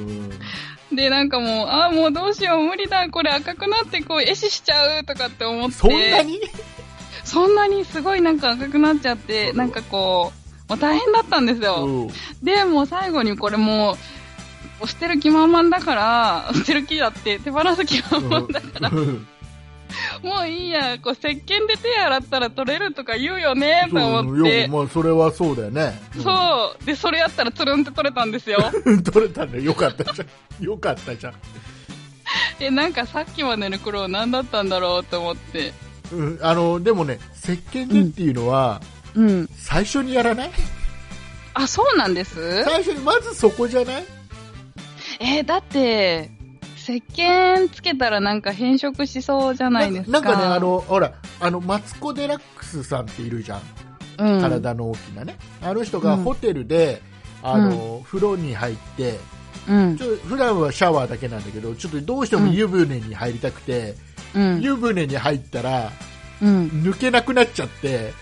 で、なんかもう、ああ、もうどうしよう、無理だ、これ赤くなってこう、壊死しちゃうとかって思って。そんなにそんなにすごいなんか赤くなっちゃって、なんかこう、もう大変だったんですよ。うんで、もう最後にこれもう、捨てる気満々だから、捨てる気だって、手放す気満々だから、 [LAUGHS] うんもういいや、こう、石鹸で手洗ったら取れるとか言うよね、とそう思っよて。まあ、それはそうだよね。そう。で、それやったらつるんって取れたんですよ。 [LAUGHS] うん。 [LAUGHS] 取れたんだよ。よかったじゃん。よかったじゃん。え、なんかさっきまでの苦労何だったんだろうと思って。うん、あの、でもね、石鹸でっていうのは、うん。最初にやらないあ、そうなんです最初に、まずそこじゃないえーだって、石鹸つけたらなんか変色しそうじゃないですか。んかね、あ、の、ほら、あの、マツコ・デラックスさんっているじゃん。うん、体の大きなね。あの人がうんホテルで、あの、風呂に入って、うん。ちょ普段はシャワーだけなんだけど、ちょっとどうしても湯船に入りたくて、うん。湯船に入ったら、うん。抜けなくなっちゃって、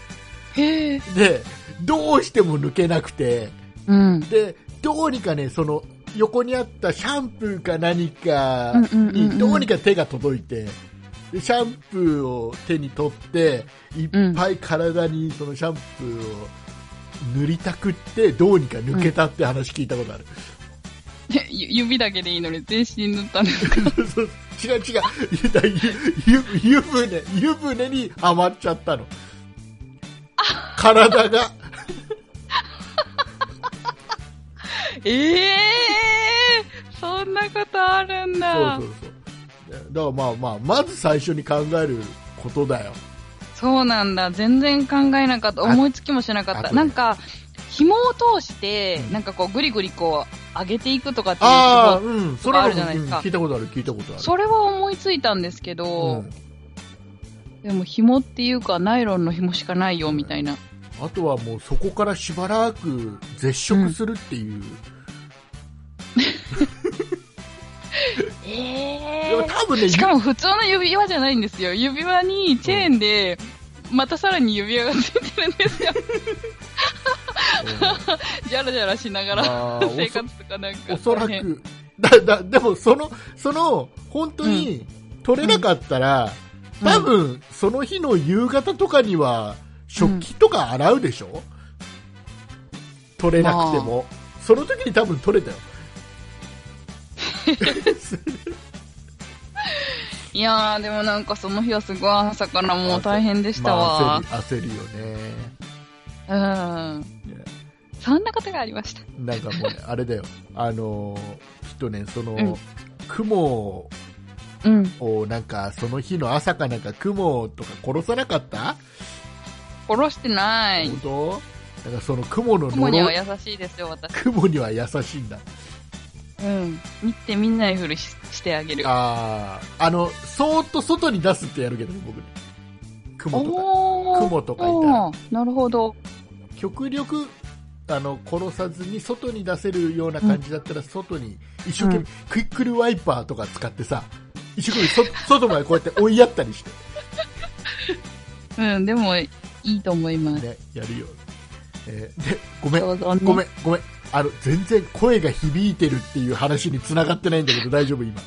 へえ。で、どうしても抜けなくて、うん。でどうにかねその横にあったシャンプーか何かうんうんうんうにんどうにか手が届いてでシャンプーを手に取っていっぱい体にそのシャンプーを塗りたくってどうにか抜けたって話聞いたことある、で [LAUGHS] ゆ指だけでいいのに [LAUGHS] 全身塗ったんです。そう違う違うゆゆ湯船湯船にはまっちゃったの体がええー、そんなことあるんそうだ。そそううそうだからまあまあまず最初に考えることだよなんだ。全然考えなかった。あ思いつきもしなかっあとた。ねなんか、紐を通して、うんなんかこう、ぐりぐりこう、上げていくとかっていうああ、こうん、そとれかはあうんるじゃないですか聞いたことある、聞いたことあとる。それは思いついたんですけど、うんでも紐っていうか、ナイロンの紐しかないよ、みたいな。あとはもうそこからしばらく絶食するっていう。えでも多分ね、しかも普通の指輪じゃないんですよ。指輪にチェーンで、またさらに指輪がついてるんですよ。じゃらじゃらしながら、あーおそ生活とかなんか。おそらね。く、だ、だ、でもその、その、本当に取れなかったら、うん多分その日の夕方とかには食器とか洗うでしょ、取れなくても。その時に多分取れたよ。いやー、でもなんかその日はすごい朝からもう大変でしたまあわ。焦り、焦るよね。うん。そんなことがありました。なんか [LAUGHS] もうね、あれだよ、あのーきっとね、その、うん雲うん。を、なんか、その日の朝かなんか、雲とか殺さなかった、殺してない。本当なんかその雲の雲には呪い、優しいですよ、私。雲には優しいんだ。うん。見て見ないふりししてあげる。あーあの、そーっと外に出すってやるけどね、僕ね。雲とか。おー。雲とかいたらおーなるほど。極力、あの、殺さずに外に出せるような感じだったら、外に、一生懸命、うんクイックルワイパーとか使ってさ、一生懸命そ、 [LAUGHS] 外までこうやって追いやったりして。うん、でも、いいと思います。ね、やるよ、えーでごめん、どうぞねごめん、ごめん、あの全然声が響いてるっていう話に繋がってないんだけど、大丈夫、今。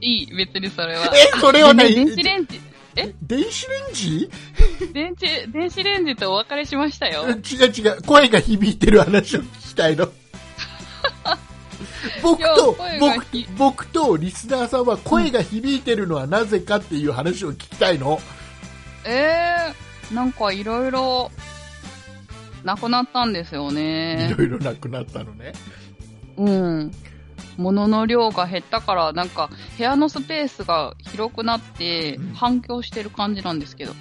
いい、別にそれは。え、それはない、電子レンジ、え電子レンジ電池、電子レンジとお別れしましたよう。ん違う違う、声が響いてる話を聞き [LAUGHS] たいの。僕いとや声が僕ひ僕とリスナーさんは声が響いてるのはなぜかっていう話を聞きたいの、えー、なんかいろいろ、なくなったんですよいね。ろいろなくなったのねうん。物の量が減ったから、なんか、部屋のスペースが広くなってうん、反響してる感じなんですけど。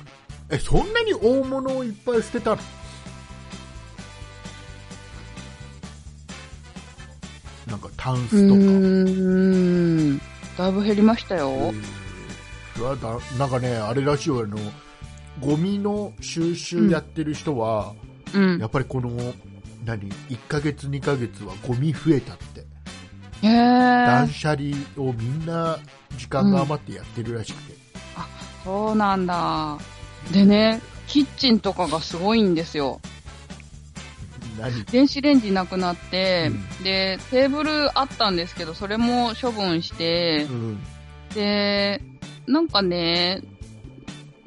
えそんなに大物をいっぱい捨てたのなんかタンうスとかーん。だいぶ減りましたうよん。うわだなんかねあれらしいよあのゴミの収集やってる人は、うんや。っぱりこの何1ヶ月2ヶ月はゴミ増えたってへえ。断捨離をみんな時間が余ってやってるらしくて、そうなんだ。でね、キッチンとかがすごいんですよ。何電子レンジなくなって、うで、テーブルあったんですけど、それも処分してう、んで、なんかね、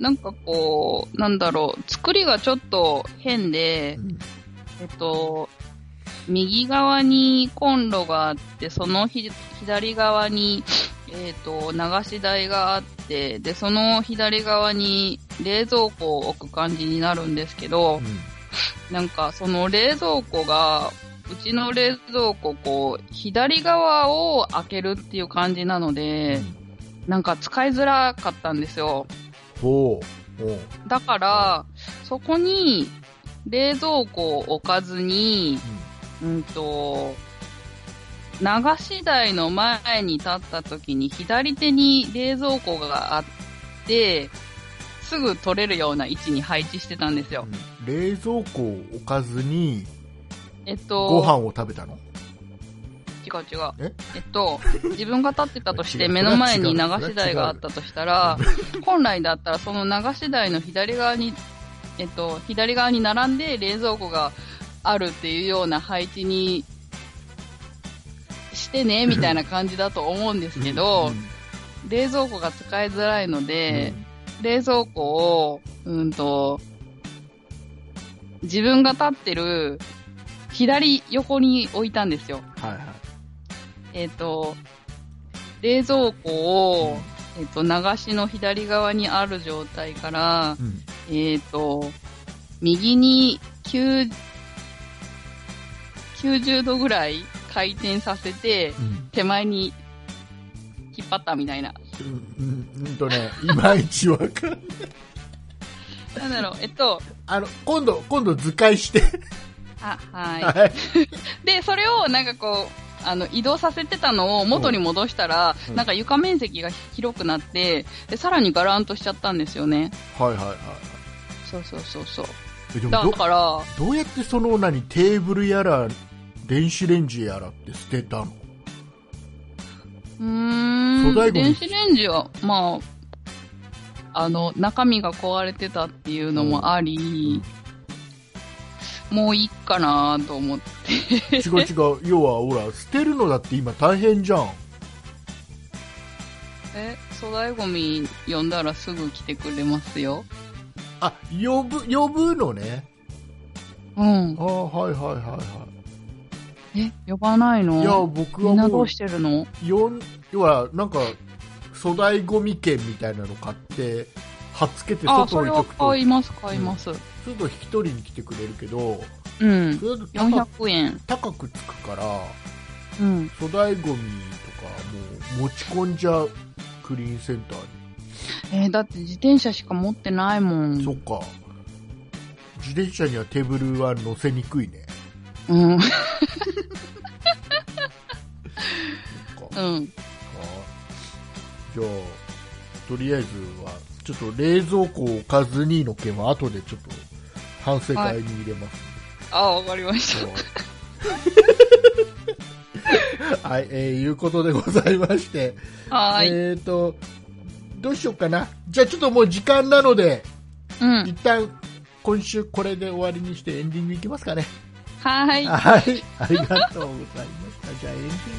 なんかこう、なんだろう、作りがちょっと変でう、んえっと、右側にコンロがあって、そのひ左側に、えっと、流し台があって、で、その左側に冷蔵庫を置く感じになるんですけど、なんか、その冷蔵庫が、うちの冷蔵庫、こう、左側を開けるっていう感じなので、なんか使いづらかったんですよ。ほうほうだから、そこに、冷蔵庫を置かずに、うんと、流し台の前に立った時に左手に冷蔵庫があって、すぐ取れるような位置に配置してたんですうよん。冷蔵庫を置かずにえっと、ご飯を食べたの違う違う。ええっと、自分が立ってたとし違て、う目の前に流それは違うし台があったとしたら、本来だったらその流し台の左側に、えっと、左側に並んで冷蔵庫があるっていうような配置にしてね、みたいな感じだと思うんですけど、冷蔵庫が使いづらいので、冷蔵庫を、うんと、自分が立ってる左横に置いたんですよ。うんはいはいえっ、と、冷蔵庫を、えっ、と、流しの左側にある状態から、うんえっ、と、右に9 90度ぐらい回転させて、うん手前に引っ張ったみたいな。うんうんうんとね [LAUGHS] いまいちわかんないなんだろう、えっと、あの今度今度図解してあ、ははいい。で、それをなんかこう、あの、移動させてたのを元に戻したら、うんなんか床面積が広くなって、で、さらにガランとしちゃったんですよね。はいはいはいそうそうそうそう。えでもだどから、どうやってその何テーブルやら電子レンジやらって捨てたのうー粗大ん、ゴミ電子レンジは、まあ、あの、中身が壊れてたっていうのもあり、もういいかなと思って。違う違う [LAUGHS] 要はほら捨てるのだって今大変じゃんえ、粗大ゴミ呼んだらすぐ来てくれますよ。あ呼ぶ呼ぶのねうんあ。あはいはいはいはえ、呼ばないいいやの僕みはんなどもううしてるのよん要はなんか粗大ゴミ券みたいなの買って貼っつけてあ、外そ置れいとはくと買います、買います。ちょっと引き取りに来てくれるけどうん。それだと高く400円。高くつくからうん。粗大ゴミとかもう持ち込んじゃうクリーンセンターにえーだって自転車しか持ってないもん。そっか自転車にはテーブルは乗せにくいね [LAUGHS] うん。うん。そっかあじゃあとりあえずはちょっと冷蔵庫を置かずにの件は後でちょっと反省会に入れます、あ、わかりました。はい、えー、いうことでございまして、はーい。えっ、と、どうしようかな。じゃあちょっともう時間なので、うん。一旦今週これで終わりにしてエンディングいきますかね。はーい。ははい、ありがとうございました。じゃあエンディングいき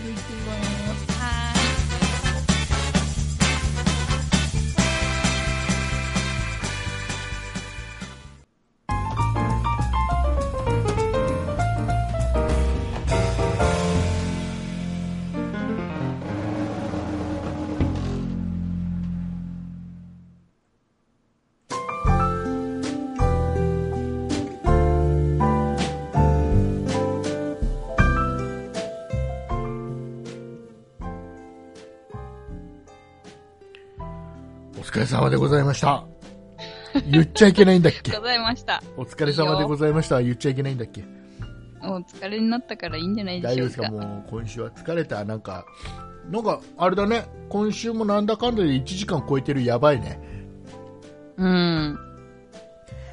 ます。ーい。お疲れ様でございました。言っちゃいけないんだっ [LAUGHS] ありがとけうございました。お疲れ様でございました。言っちゃいけないんだっけお疲れになったからいいんじゃないで大し丈夫ょうですか。かもう今週は疲れたなんかなんかあれだね今週もなんだかんだで1時間超えてるやばいねうん。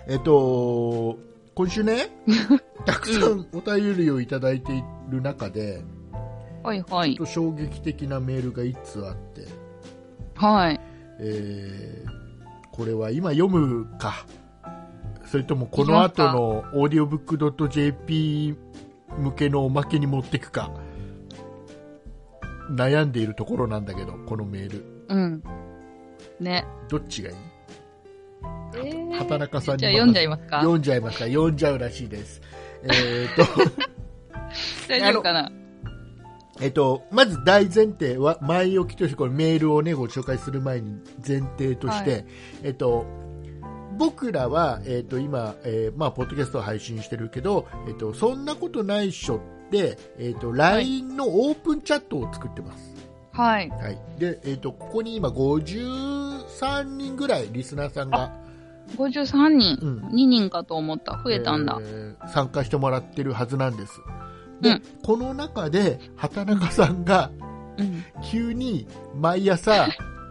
えっと今週 [LAUGHS] ねたくさんお便りをいただいている中で、はいはいちょ。っと衝撃的なメールが1通あって、はい。えこれは今読むかそれともこの後のオーディオブックドット JP 向けのおまけに持っていくか悩んでいるところなんだけどこのメールうん。ね。どっちがいいえー畑中さんにじゃあ読んじゃいますか読んじゃいますか読んじゃうらしいですえー、と大丈夫かなえっと、まず大前提は、前置きとして、これメールをね、ご紹介する前に前提として、はえっと、僕らは、えっと、今、えーまあ、ポッドキャストを配信してるけど、えっと、そんなことないっしょって、えっと、LINE のオープンチャットを作ってます。はい。はい。で、えっと、ここに今53人ぐらいリスナーさんが、 53人、うん2人かと思った。増えたんだ。えー参加してもらってるはずなんです。で、うんこの中で、畑中さんが、うん。急に毎 [LAUGHS] 朝、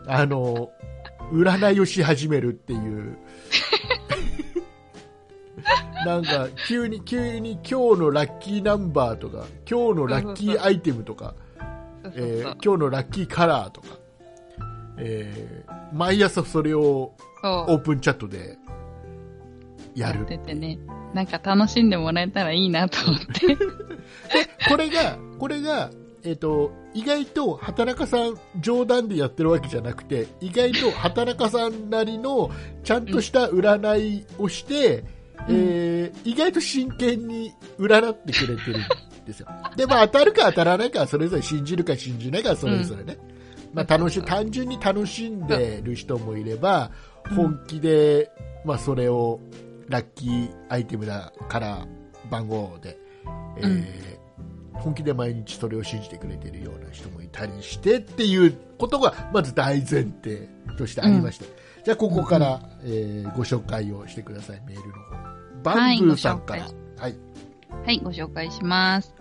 あの、占いをし始めるっ [LAUGHS] ていう。なんか、急に、急に今日のラッキーナンバーとか、今日のラッキーアイテムとか、そうそうえーそう今日のラッキーカラーとか、えー毎朝それをそうオープンチャットでやるっ。ててね。なんか楽しんでもらえたらいいなと思って。これが、これが、えっ、と、意外と畑中さん冗談でやってるわけじゃなくて、意外と畑中さんなりのちゃんとした占いをして、うんえー意外と真剣に占ってくれてるんですよ。で、まあ当たるか当たらないかはそれぞれ信じるか信じないかはそれぞれね。まあ楽し、単純に楽しんでる人もいれば、うん本気で、まあそれをラッキーアイテムだから番号で、えー本気で毎日それを信じてくれてるような人もいたりしてっていうことがまず大前提としてありまして、じゃあここから、えーご紹介をしてくださいメールの方バンブーさんからごはい、はい、ご紹介します。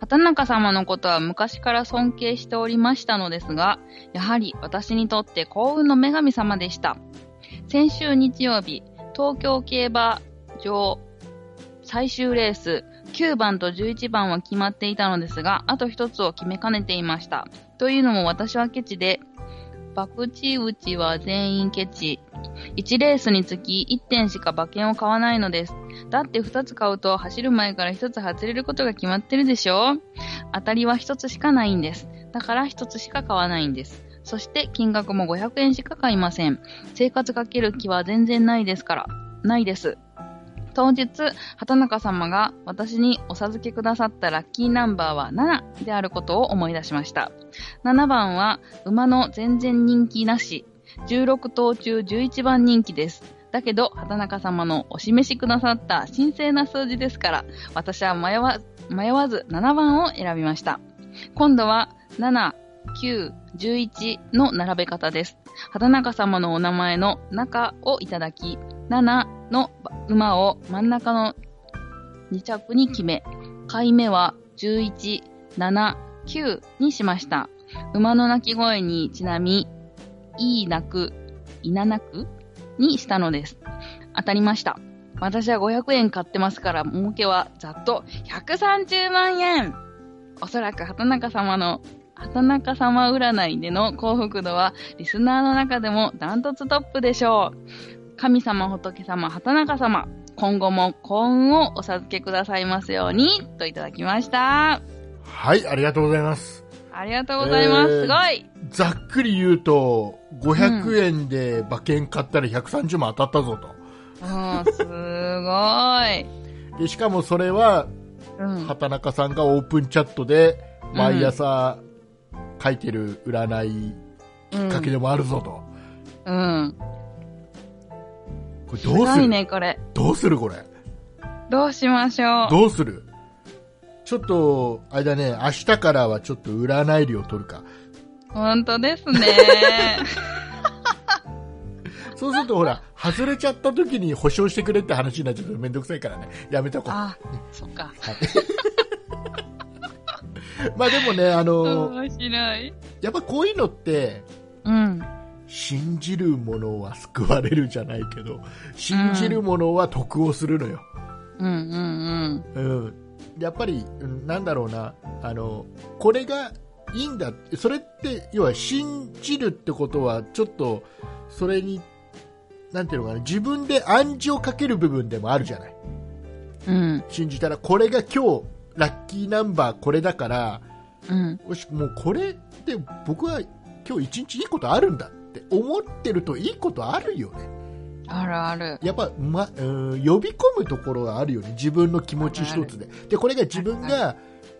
畑中様のことは昔から尊敬しておりましたのですが、やはり私にとって幸運の女神様でした。先週日曜日、東京競馬場最終レース、9番と11番は決まっていたのですが、あと1つを決めかねていました。というのも私はケチで、バクチ打ちは全員ケチ。1レースにつき1点しか馬券を買わないのです。だって2つ買うと走る前から1つ外れることが決まってるでしょ当たりは1つしかないんです。だから1つしか買わないんです。そして金額も500円しか買いません。生活かける気は全然ないですから。ないです。当日、畑中様が私にお授けくださったラッキーナンバーは7であることを思い出しました。7番は馬の全然人気なし。16頭中11番人気です。だけど、畑中様のお示しくださった神聖な数字ですから、私は迷わ迷わず7番を選びました。今度は、7、9、11の並べ方です。畑中様のお名前の中をいただき、7の馬を真ん中の2着に決め、買い目は11、7、9にしました。馬の鳴き声にちなみ、いい鳴く、いな鳴くにしたのです。当たりました。私は500円買ってますから、儲けはざっと130万円おそらく畑中様の、畑中様占いでの幸福度は、リスナーの中でもダントツトップでしょう。神様、仏様、畑中様、今後も幸運をお授けくださいますように、といただきました。はい、ありがとうございますありがとうございます。えーすごいざっくり言うと500円で馬券買ったら130万当たったぞと、うん、すごい。でしかもそれはうん。畑中さんがオープンチャットで毎朝書いてる占いきっかけでもあるぞと、うん。これすどうごするいね、これ。どうするこれどうしましょう。どうするちょっとあれだね明日からはちょっと占い料取るか本当です [LAUGHS] ね。そうするとほら外れちゃった時に保証してくれって話になっちゃうとめんどくさいからねやめとこうあ、そっか。まあでもねあの面白い。やっぱこういうのってうん。信じる者は救われるじゃないけど信じる者は得をするのよ、うんうんうん、やっぱり、うんなんだろうなあの、これがいいんだそれって要は信じるってことはちょっとそれになんていうのかな自分で暗示をかける部分でもあるじゃないうん。信じたらこれが今日ラッキーナンバーこれだからうん。よしもうこれって僕は今日一日いいことあるんだって思ってるといいことあるよねあるある。やっぱ、ま、うーん呼び込むところがあるよね自分の気持ち一つででこれが自分が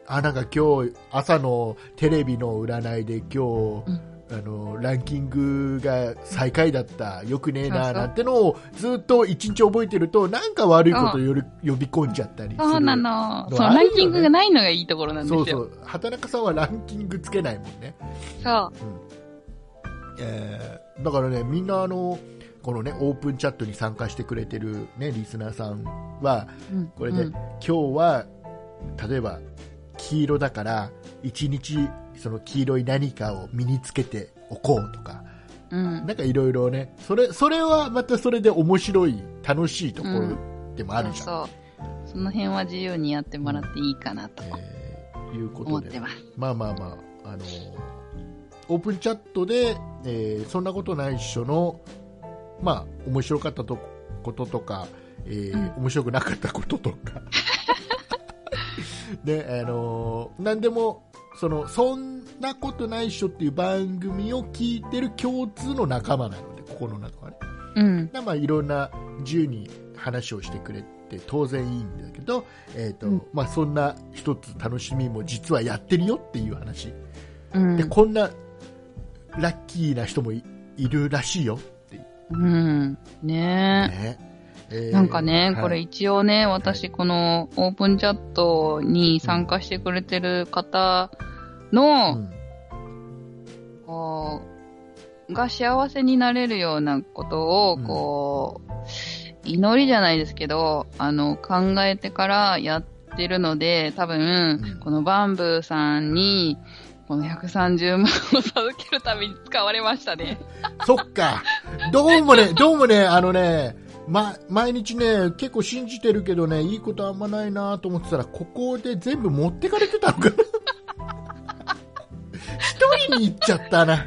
あなんか今日朝のテレビの占いで今日、うんあのランキングが最下位だったよくねえそなうそうなんてのをずっと一日覚えてるとなんか悪いことをより呼び込んじゃったりするそうなの。でそもう、あるラよねンキングがないのがいいところなんですそよ。うそう畑中さんはランキングつけないもんねそうえーだからね、みんなあの、このね、オープンチャットに参加してくれてるね、リスナーさんは、うんこれで、うん今日は、例えば、黄色だから、一日、その黄色い何かを身につけておこうとか、うん。なんかいろいろね、それ、それはまたそれで面白い、楽しいところでもあるじゃん。そうそう。その辺は自由にやってもらっていいかなとえーいうこ思とっでて、ます。まあまあまあ、あのオープンチャットで、えーそんなことないっしょの、まあ、面白かったとこととか、えーうん面白くなかったこととか、 [LAUGHS] で、あの何でも、その、そんなことないっしょっていう番組を聞いてる共通の仲間なので、ここの中はね。うん。まあ、いろんな自由に話をしてくれて当然いいんだけど、えーとうんまあ、そんな一つ楽しみも実はやってるよっていう話、うんで。こんなラッキーな人もいいるらしいよっていううん。ねね。ええ。ーなんかね、はいこれ一応ね、私このオープンチャットに参加してくれてる方うの、んこう、が幸せになれるようなことを、うんこう、祈りじゃないですけど、あの、考えてからやってるので、多分、うんこのバンブーさんに、この130万を授けるために使われましたね。そっか、どう [LAUGHS] もね、どうもね、あのね、ま、毎日ね、結構信じてるけどね、いいことあんまないなと思ってたら、ここで全部持ってかれてた [LAUGHS] のかな。一人に行っちゃったな。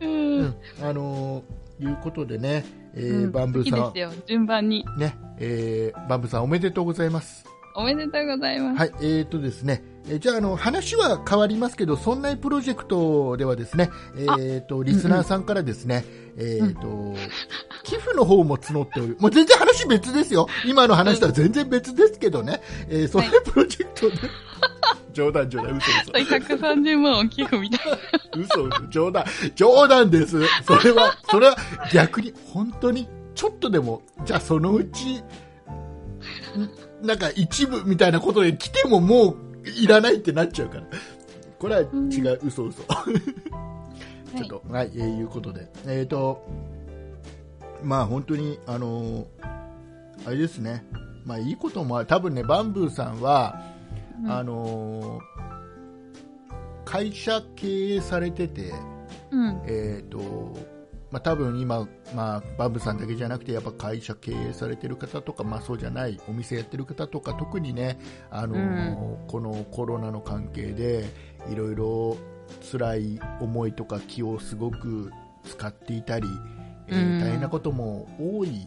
うんうん、あのーいうことでね、えーうんバンブー好さきですよ、順番に。ん、ね、えーバンブーさんおめでとうございます。おめでとうございます。はい、えーとですね、えーじゃあ、あの、話は変わりますけど、そんなプロジェクトではですね、えーと、リスナーさんからですね、えーと、寄付の方も募っており、もう全然話別ですよ。今の話とは全然別ですけどね、えーそんなプロジェクトで、 [LAUGHS] 冗談冗談、嘘嘘。 130万を寄付みたいな。嘘嘘冗談冗談ですそれはそれは逆に本当にちょっとでもじゃあそのうちんなんか一部みたいなことで来てももういらないってなっちゃうからこれは違う、嘘嘘 [LAUGHS] ちょっとはい、えーいうことでえっ、とまあ本当にあのーあれですねまあいいこともある多分ねバンブーさんは、うんあのー会社経営されてて、うん。えーとまあ、多分今、まあ、バブさんだけじゃなくてやっぱ会社経営されてる方とか、まあ、そうじゃないお店やってる方とか特にね、あのーこのコロナの関係でいろいろ辛い思いとか気をすごく使っていたり、えーうん大変なことも多い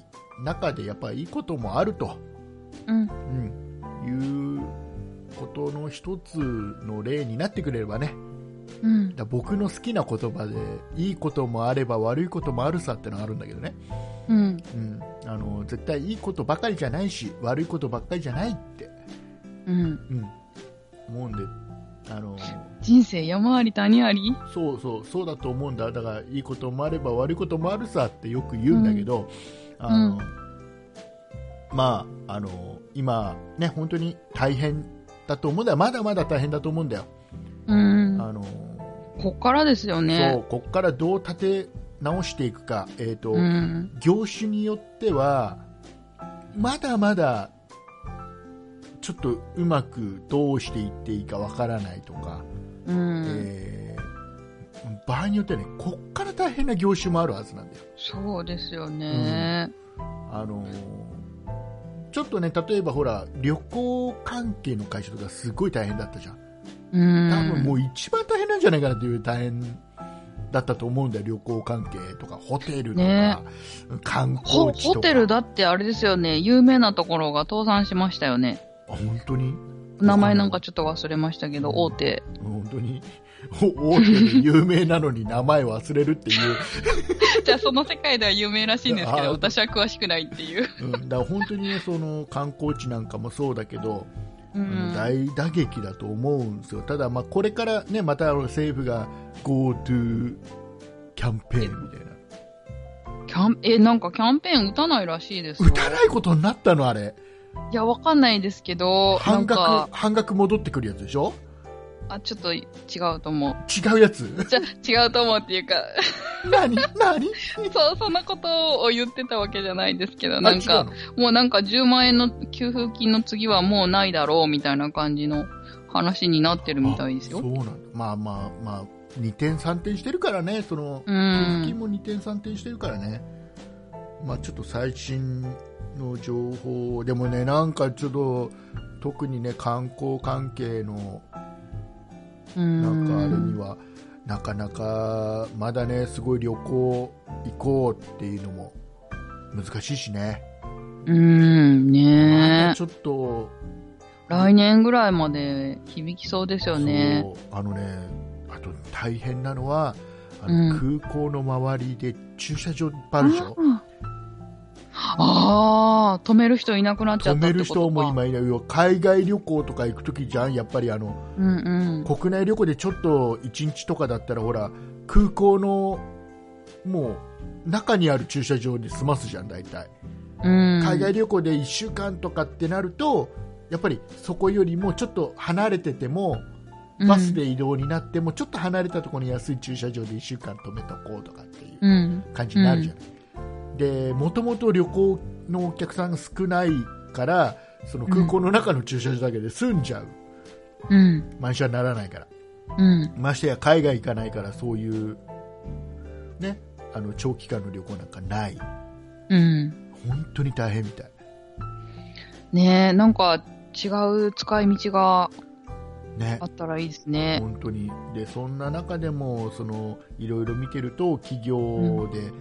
中でやっぱりいいこともあると。うん。うん、いうことの一つの例になってくれればねうんだから僕の好きな言葉でいいこともあれば悪いこともあるさってのがあるんだけどね、うん。うん、あの絶対いいことばかりじゃないし悪いことばっかりじゃないって、うん。うん、思うんであの人生山あり谷ありそうそうそうだと思うんだだからいいこともあれば悪いこともあるさってよく言うんだけど、あのうんまああの今ね本当に大変だと思うんだよまだまだ大変だと思うんだようん。あのこっからですよそね。うこっからどう立て直していくか、えーとうん。業種によってはまだまだちょっとうまくどうしていっていいかわからないとか、うん。えー場合によってはねこっから大変な業種もあるはずなんだよ。そうですよね。あのーちょっとね、例えばほら、旅行関係の会社とかすごい大変だったじゃん。うん。多分もう一番大変なんじゃないかなという大変だったと思うんだよ、旅行関係とか、ホテルとか、ね観ホ光地とか。ホテルだってあれですよね、有名なところが倒産しましたよね。あ本当に名前なんかちょっと忘れましたけど、大手。 [LAUGHS] 本当に [LAUGHS] お大手で有名なのに名前忘れるっていう、じゃあその世界では有名らしいんですけあど、私は詳しくないっていう。うん、だから本当にねその観光地なんかもそうだけど、ううんん。大打撃だと思うんですよ、ただ、まあ、これから、ね、またあの政府が GoTo キャンペーンみたいな、キャン、え、なんかキャンペーン打たないらしいですよ打。たないことになったの、あれ、いや、わかんないですけど、な半ん額か、半額戻ってくるやつでしょ、あ、ちょっと違うと思う。違う [LAUGHS] やつ、じゃ、違うと思うっていうか、 [LAUGHS] 何、 [LAUGHS] 何、そう、そんなことを言ってたわけじゃないですけど、あなん違うか、のもうなんか10万円の給付金の次はもうないだろうみたいな感じの話になってるみたいですあよ。そうなんだ、まあまあまあ、二点三点してるからね、そのう給付金ん。も二点三点してるからね、まあちょっと最新の情報でもね、なんかちょっと特にね観光関係のうん。なんかあれにはなかなかまだねすごい旅行行こうっていうのも難しいしね、うん、まねだちょっとえ。来年ぐらいまで響きそうですよね。そうあのねあと大変なのはあのう空港の周りで駐車場いっぱいあるでしょ、ああー、止める人いなくなっちゃ止ったっめてることか。人も今いるよ海外旅行とか行くときじゃんやっぱりあのうんうん。国内旅行でちょっと1日とかだったらほら空港のもう中にある駐車場で済ますじゃん大体うん、海外旅行で1週間とかってなるとやっぱりそこよりもちょっと離れててもバスで移動になってもちょっと離れたところに安い駐車場で1週間止めとこうとかっていううん、うん。感じになるじゃない、でもともと旅行のお客さんが少ないからその空港の中の駐車場だけで済んじゃう、うん。満車にならないからうん。ましてや海外行かないからそういう、ね、あの長期間の旅行なんかないうん。本当に大変みたいねえ、なんか違う使い道がねあったらいいですね。本当にでそんな中でもそのいろいろ見てると企業で、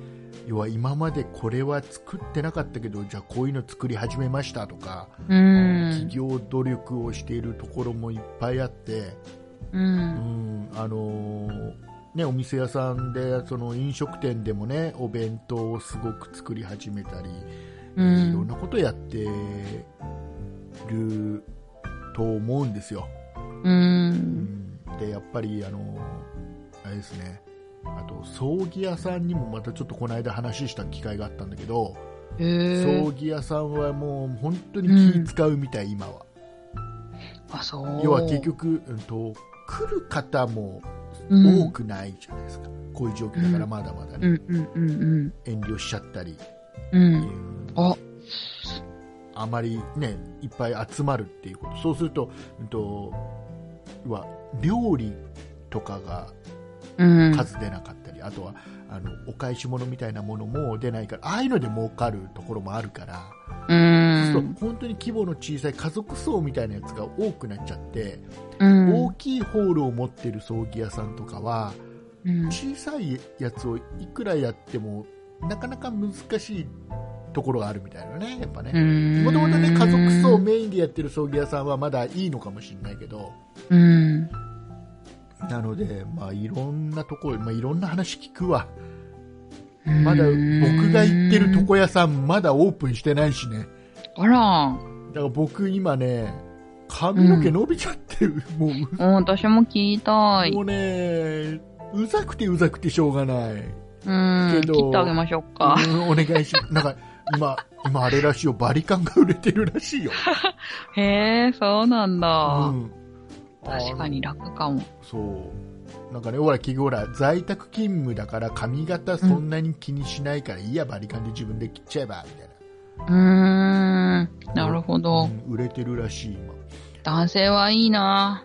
要は今までこれは作ってなかったけどじゃあこういうの作り始めましたとか、うん企。業努力をしているところもいっぱいあって、う。うんんあのーね、お店屋さんでその飲食店でも、ね、お弁当をすごく作り始めたり、ういろんん。なことやってると思うんですよ。う。うんんでやっぱりあのあれですねあと葬儀屋さんにもまたちょっとこの間話した機会があったんだけど、へえ葬。儀屋さんはもう本当に気使うみたい、今はあ、そう。要は結、局、うん、と来る方もうん、多くないじゃないですか、こういう状況だからまだまだ、うねんうんうん遠慮しちゃったり、うん。う。うんんあ、あまりねいっぱい集まるっていうことそうすると,、うん、と要は料理とかがうん。数出なかったり、あとはあのお返し物みたいなものも出ないからああいうので儲かるところもあるから、うそうするん。と本当に規模の小さい家族葬みたいなやつが多くなっちゃって、うん。大きいホールを持ってる葬儀屋さんとかはうん小さいやつをいくらやってもなかなか難しいところがあるみたいなねやっぱね。もともとね、家族葬をメインでやってる葬儀屋さんはまだいいのかもしれないけど、うん。なので、まあ、いろんなところ、まあ、いろんな話聞くわ。まだ僕が行ってる床屋さんまだオープンしてないしね。あら、だから僕今ね、髪の毛伸びちゃってる。もう、うん私も聞いたいも。うね、うざくてうざくてしょうがない。うんけ。ど切ってあげましょうか。うんお願 [LAUGHS] いします。なんか、今、今あれらしいよ。バリカンが売れてるらしいよ。へえ、そうなんだう。ん確かに楽かも。そう。なんかね、ほら、企業ほら、在宅勤務だから髪型そんなに気にしないから、いいや、バリカンで自分で切っちゃえば、みたいうーん。なるほな。ど。うん売れてるらしい、今。男性はいいな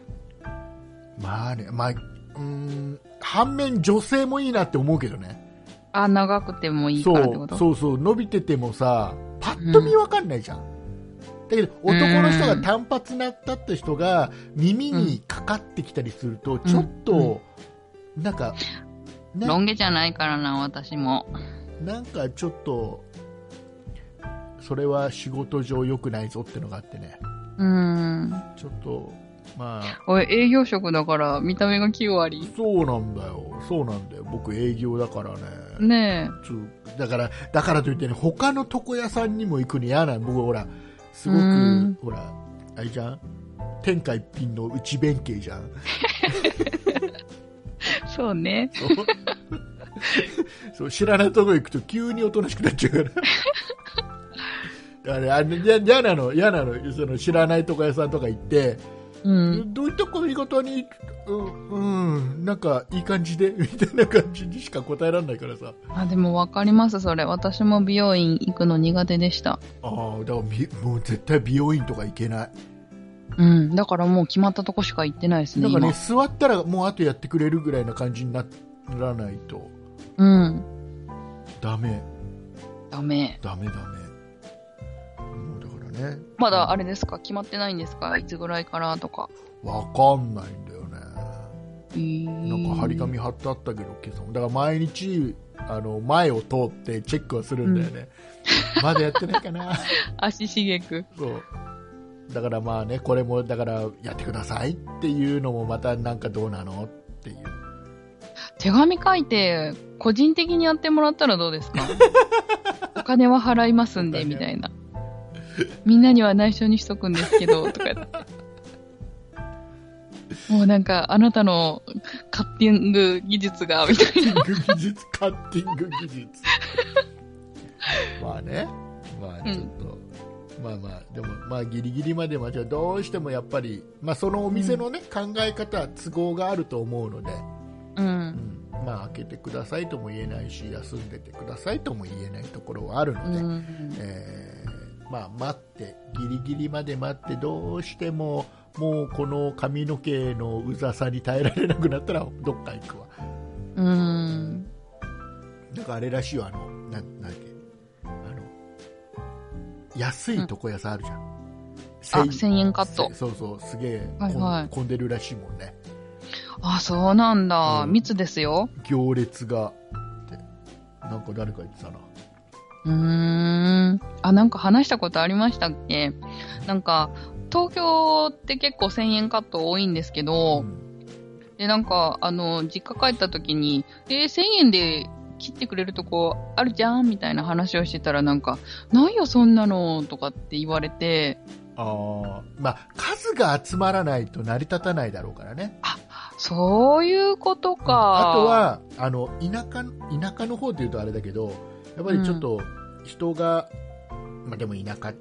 まあね、まあ、うーん、反面女性もいいなって思うけどね。あ、長くてもいいかそらってこう、とそうそう、伸びててもさ、パッと見わかんないじゃん。だけど男の人が単発なったって人が耳にかかってきたりすると、ちょっと、なんか、ねロン毛じゃないからな、私も。なんかちょっと、それは仕事上良くないぞってのがあってね、うん。ちょっと、まあ、俺、営業職だから、見た目が9割。そうなんだよ、そうなんだよ、僕営業だからね。ねちょだから、だからといってね、他の床屋さんにも行くの嫌なの僕ほら、すごうんく、ほら、あれじゃん天下一品の内弁慶じゃん [LAUGHS] え。そうね。そうそう知らないとこ行くと急におとなしくなっちゃうから。あれ、 [LAUGHS] あれ、嫌嫌なの、嫌なの、その知らない床屋さんとか行って、うん。どういった髪型に、うん、うん、なんかいい感じで、 [LAUGHS] みたいな感じにしか答えられないからさ。あ、でもわかります、それ。私も美容院行くの苦手でした。ああ、だからび、もう絶対美容院とか行けない。うん。だからもう決まったとこしか行ってないですね、なんか今ね、。座ったらもうあとやってくれるぐらいな感じにならないと、うん。ダメ、ダメ。ダメ、ダメ。もうだからね。まだあれですか決まってないんですかいつぐらいからとか。わかんないんだよね。ななんか張り紙貼ってあったけど、今朝も。だから毎日、あの、前を通ってチェックはするんだよね。まだやってないかな。足しげく。そう。だからまあね、これも、だから、やってくださいっていうのもまたなんかどうなのっていう。手紙書いて、個人的にやってもらったらどう [LAUGHS] ですかお金は払いますんおで、金みたいな。みんなには内緒にしとくんですけ [LAUGHS] ど、とかやって。もうなんか、あなたのカッティング技術が、みたいカッティング技術、カッティング技術。まあね、まあうんちょっと、まあまあ、でも、まあギリギリまでまあじゃあどうしてもやっぱり、まあそのお店のね、考え方、都合があると思うので、な。う。うんん、まあ開けてくださいとも言えないし、休んでてくださいとも言えないところはあるうので、ん。えーまあ待って、ギリギリまで待って、どうしても、もうこの髪の毛のうざさに耐えられなくなったら、どっか行くわ。うん。なんかあれらしいよ、あの、ななんだっけ、あの、安い床屋さんあるじゃん。あ、 1000 1000円カットせ。そうそう、すげえ、はいはいこん混んでるらしいもんね。あ、そうなんだ。うん密ですよ。行列が、って、なんか誰か言ってたな。うーん。あ、なんか話したことありましたっけなんか、東京って結構1000円カット多いんですけど、うんで、なんか、あの、実家帰った時に、えー1000円で切ってくれるとこあるじゃんみたいな話をしてたら、なんか、ないよ、そんなのとかって言われて、ああ、まあ、数が集まらないと成り立たないだろうからね。そういうことか。あと、はあの田舎田舎の方というとあれだけどやっぱりちょっと人が、まあ、でも田舎田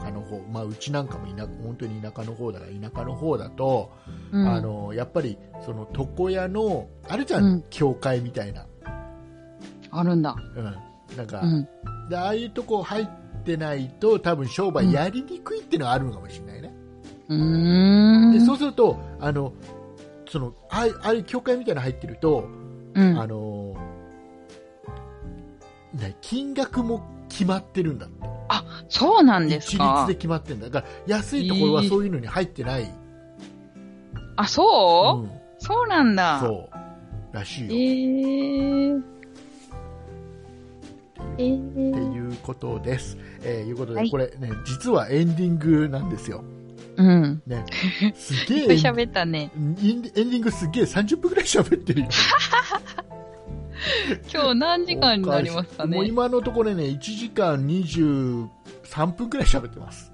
舎の方、まあ、うちなんかも田本当に田舎の方だから田舎の方だと、うん、あのやっぱりその床屋のあるじゃん、うん教会みたいな、あるんだ。うん、なんか、うん。でああいうとこ入ってないと多分商売やりにくいっていうのはあるのかもしれないね、うーん。でそうするとあのそのああいうああいう教会みたいなの入ってると、うんあのーね金額も決まってるんだってそうなんです一律かで。決まってるんだだから安いところはそういうのに入ってない、あ、そう、うん、そうなんだ。そうらしえいよ、ー、えってー、いうことです、えーいうことで、はいこれね実はエンディングなんですようん。 [LAUGHS] ねすげえいっぱい喋ったね。エンディングすげえ30分ぐらい喋ってるよ今日何時間になりますかもうね。今のところね1時間23分ぐらい喋ってます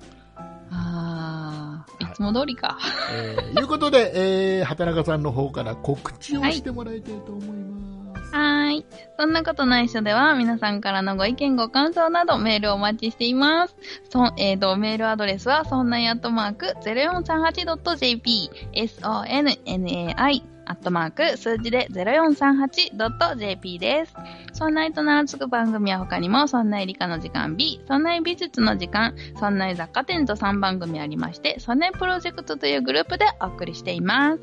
ああ、いつも通りか。えーいうことで、えー、畑中さんの方から告知をしてもらいたいと思います。はーい。そんなことないっしょでは、皆さんからのご意見、ご感想など、メールをお待ちしています。そん、えーと、メールアドレスは、そんないアットマーク、0438.jp、sonnai、アットマーク、数字で 0438.jp です。そんないと名のつく番組は他にも、そんない理科の時間 B、そんない美術の時間、そんない雑貨店と3番組ありまして、そんないプロジェクトというグループでお送りしています。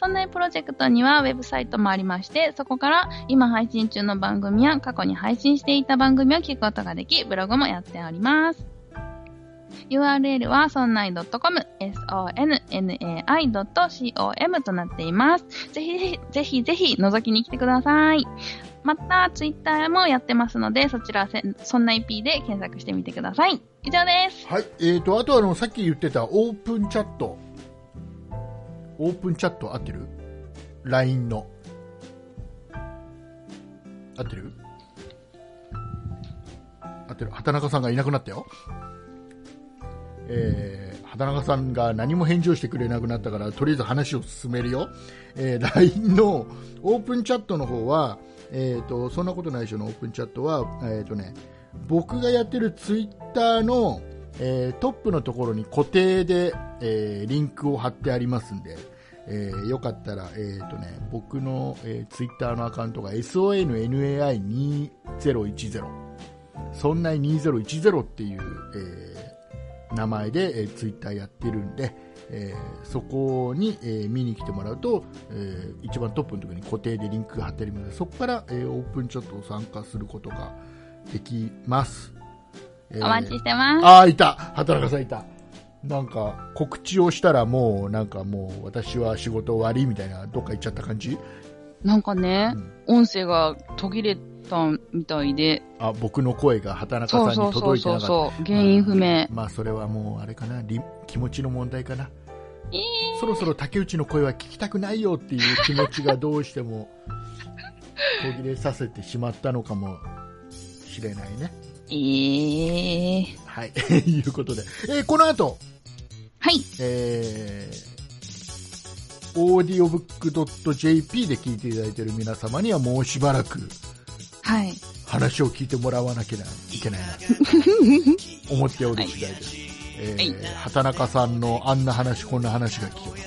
そんないプロジェクトにはウェブサイトもありまして、そこから今配信中の番組や過去に配信していた番組を聞くことができ、ブログもやっております。 URL は sonnai.com、sonnai.com となっています。ぜひぜひ、ぜひぜひ覗きに来てください。また、ツイッターもやってますので、そちらはせ、そんな IP で検索してみてください。以上です。はい、えー、とあとはあのさっき言ってたオープンチャットオープンチャット合ってる ?LINE の合ってる合ってる畑中さんがいなくなったよえー、畑中さんが何も返事をしてくれなくなったからとりあえず話を進めるよ、えー、LINE のオープンチャットの方は、えー、とそんなことないでしょのオープンチャットは、えーとね、僕がやってるツイッターの、えートップのところに固定で、えーリンクを貼ってありますんで、えーよかったら、えーとね、僕の、えーツイッターのアカウントが sonnai2010 そんない2010っていう、えー名前で、えーツイッターやってるんで、えーそこに、えー見に来てもらうと、えー一番トップのところに固定でリンクが貼ってありますのでそこから、えーオープンチャットを参加することができます。えーお待ちしてます。ああ、いた畑中さんいたなんか、告知をしたらもう、なんかもう、私は仕事終わりみたいな、どっか行っちゃった感じなんかね、音声が途切れたみたいで、あ、僕の声が畑そ中うさそんにうそう届いてそなうかっそう、た。原因不明うん。まあ、それはもう、あれかな、り気持ちの問題かな。えそろそろ竹内の声は聞きたくないよっていう気持ちがどうし [LAUGHS] ても、途切れさせてしまったのかもしれないね。ー、えー、はい。 [LAUGHS] いうことで。えーこの後、はい、えー、audiobook.jp で聞いていただいている皆様にはもうしばらくはい。話を聞いてもらわなければいけない [LAUGHS] なと思っておる次第です。えーはい畑中さんのあんな話、こんな話が聞けます。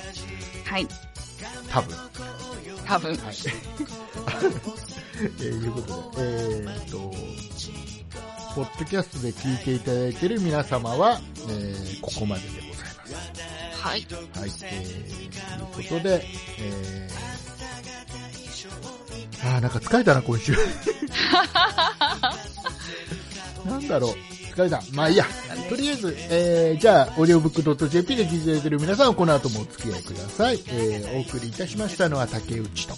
はい、多分。は多分。い。 [LAUGHS] えー、いうことで、えー、っと、ポッドキャストで聞いていただいている皆様は、えーここまででございます。はい。はい、えー、ということで、えー、あーなんか疲れたな、今 [LAUGHS] 週。なんだろう、疲れた。まあいいや。とりあえず、えー、じゃあ、audiobook.jp で聞いていただいている皆さんはこの後もお付き合いください。えー、お送りいたしましたのは竹内と。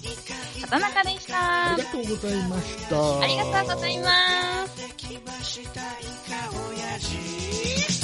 畑中でしたあり。がとうございました。ありがとうございます。きましたイカオヤジ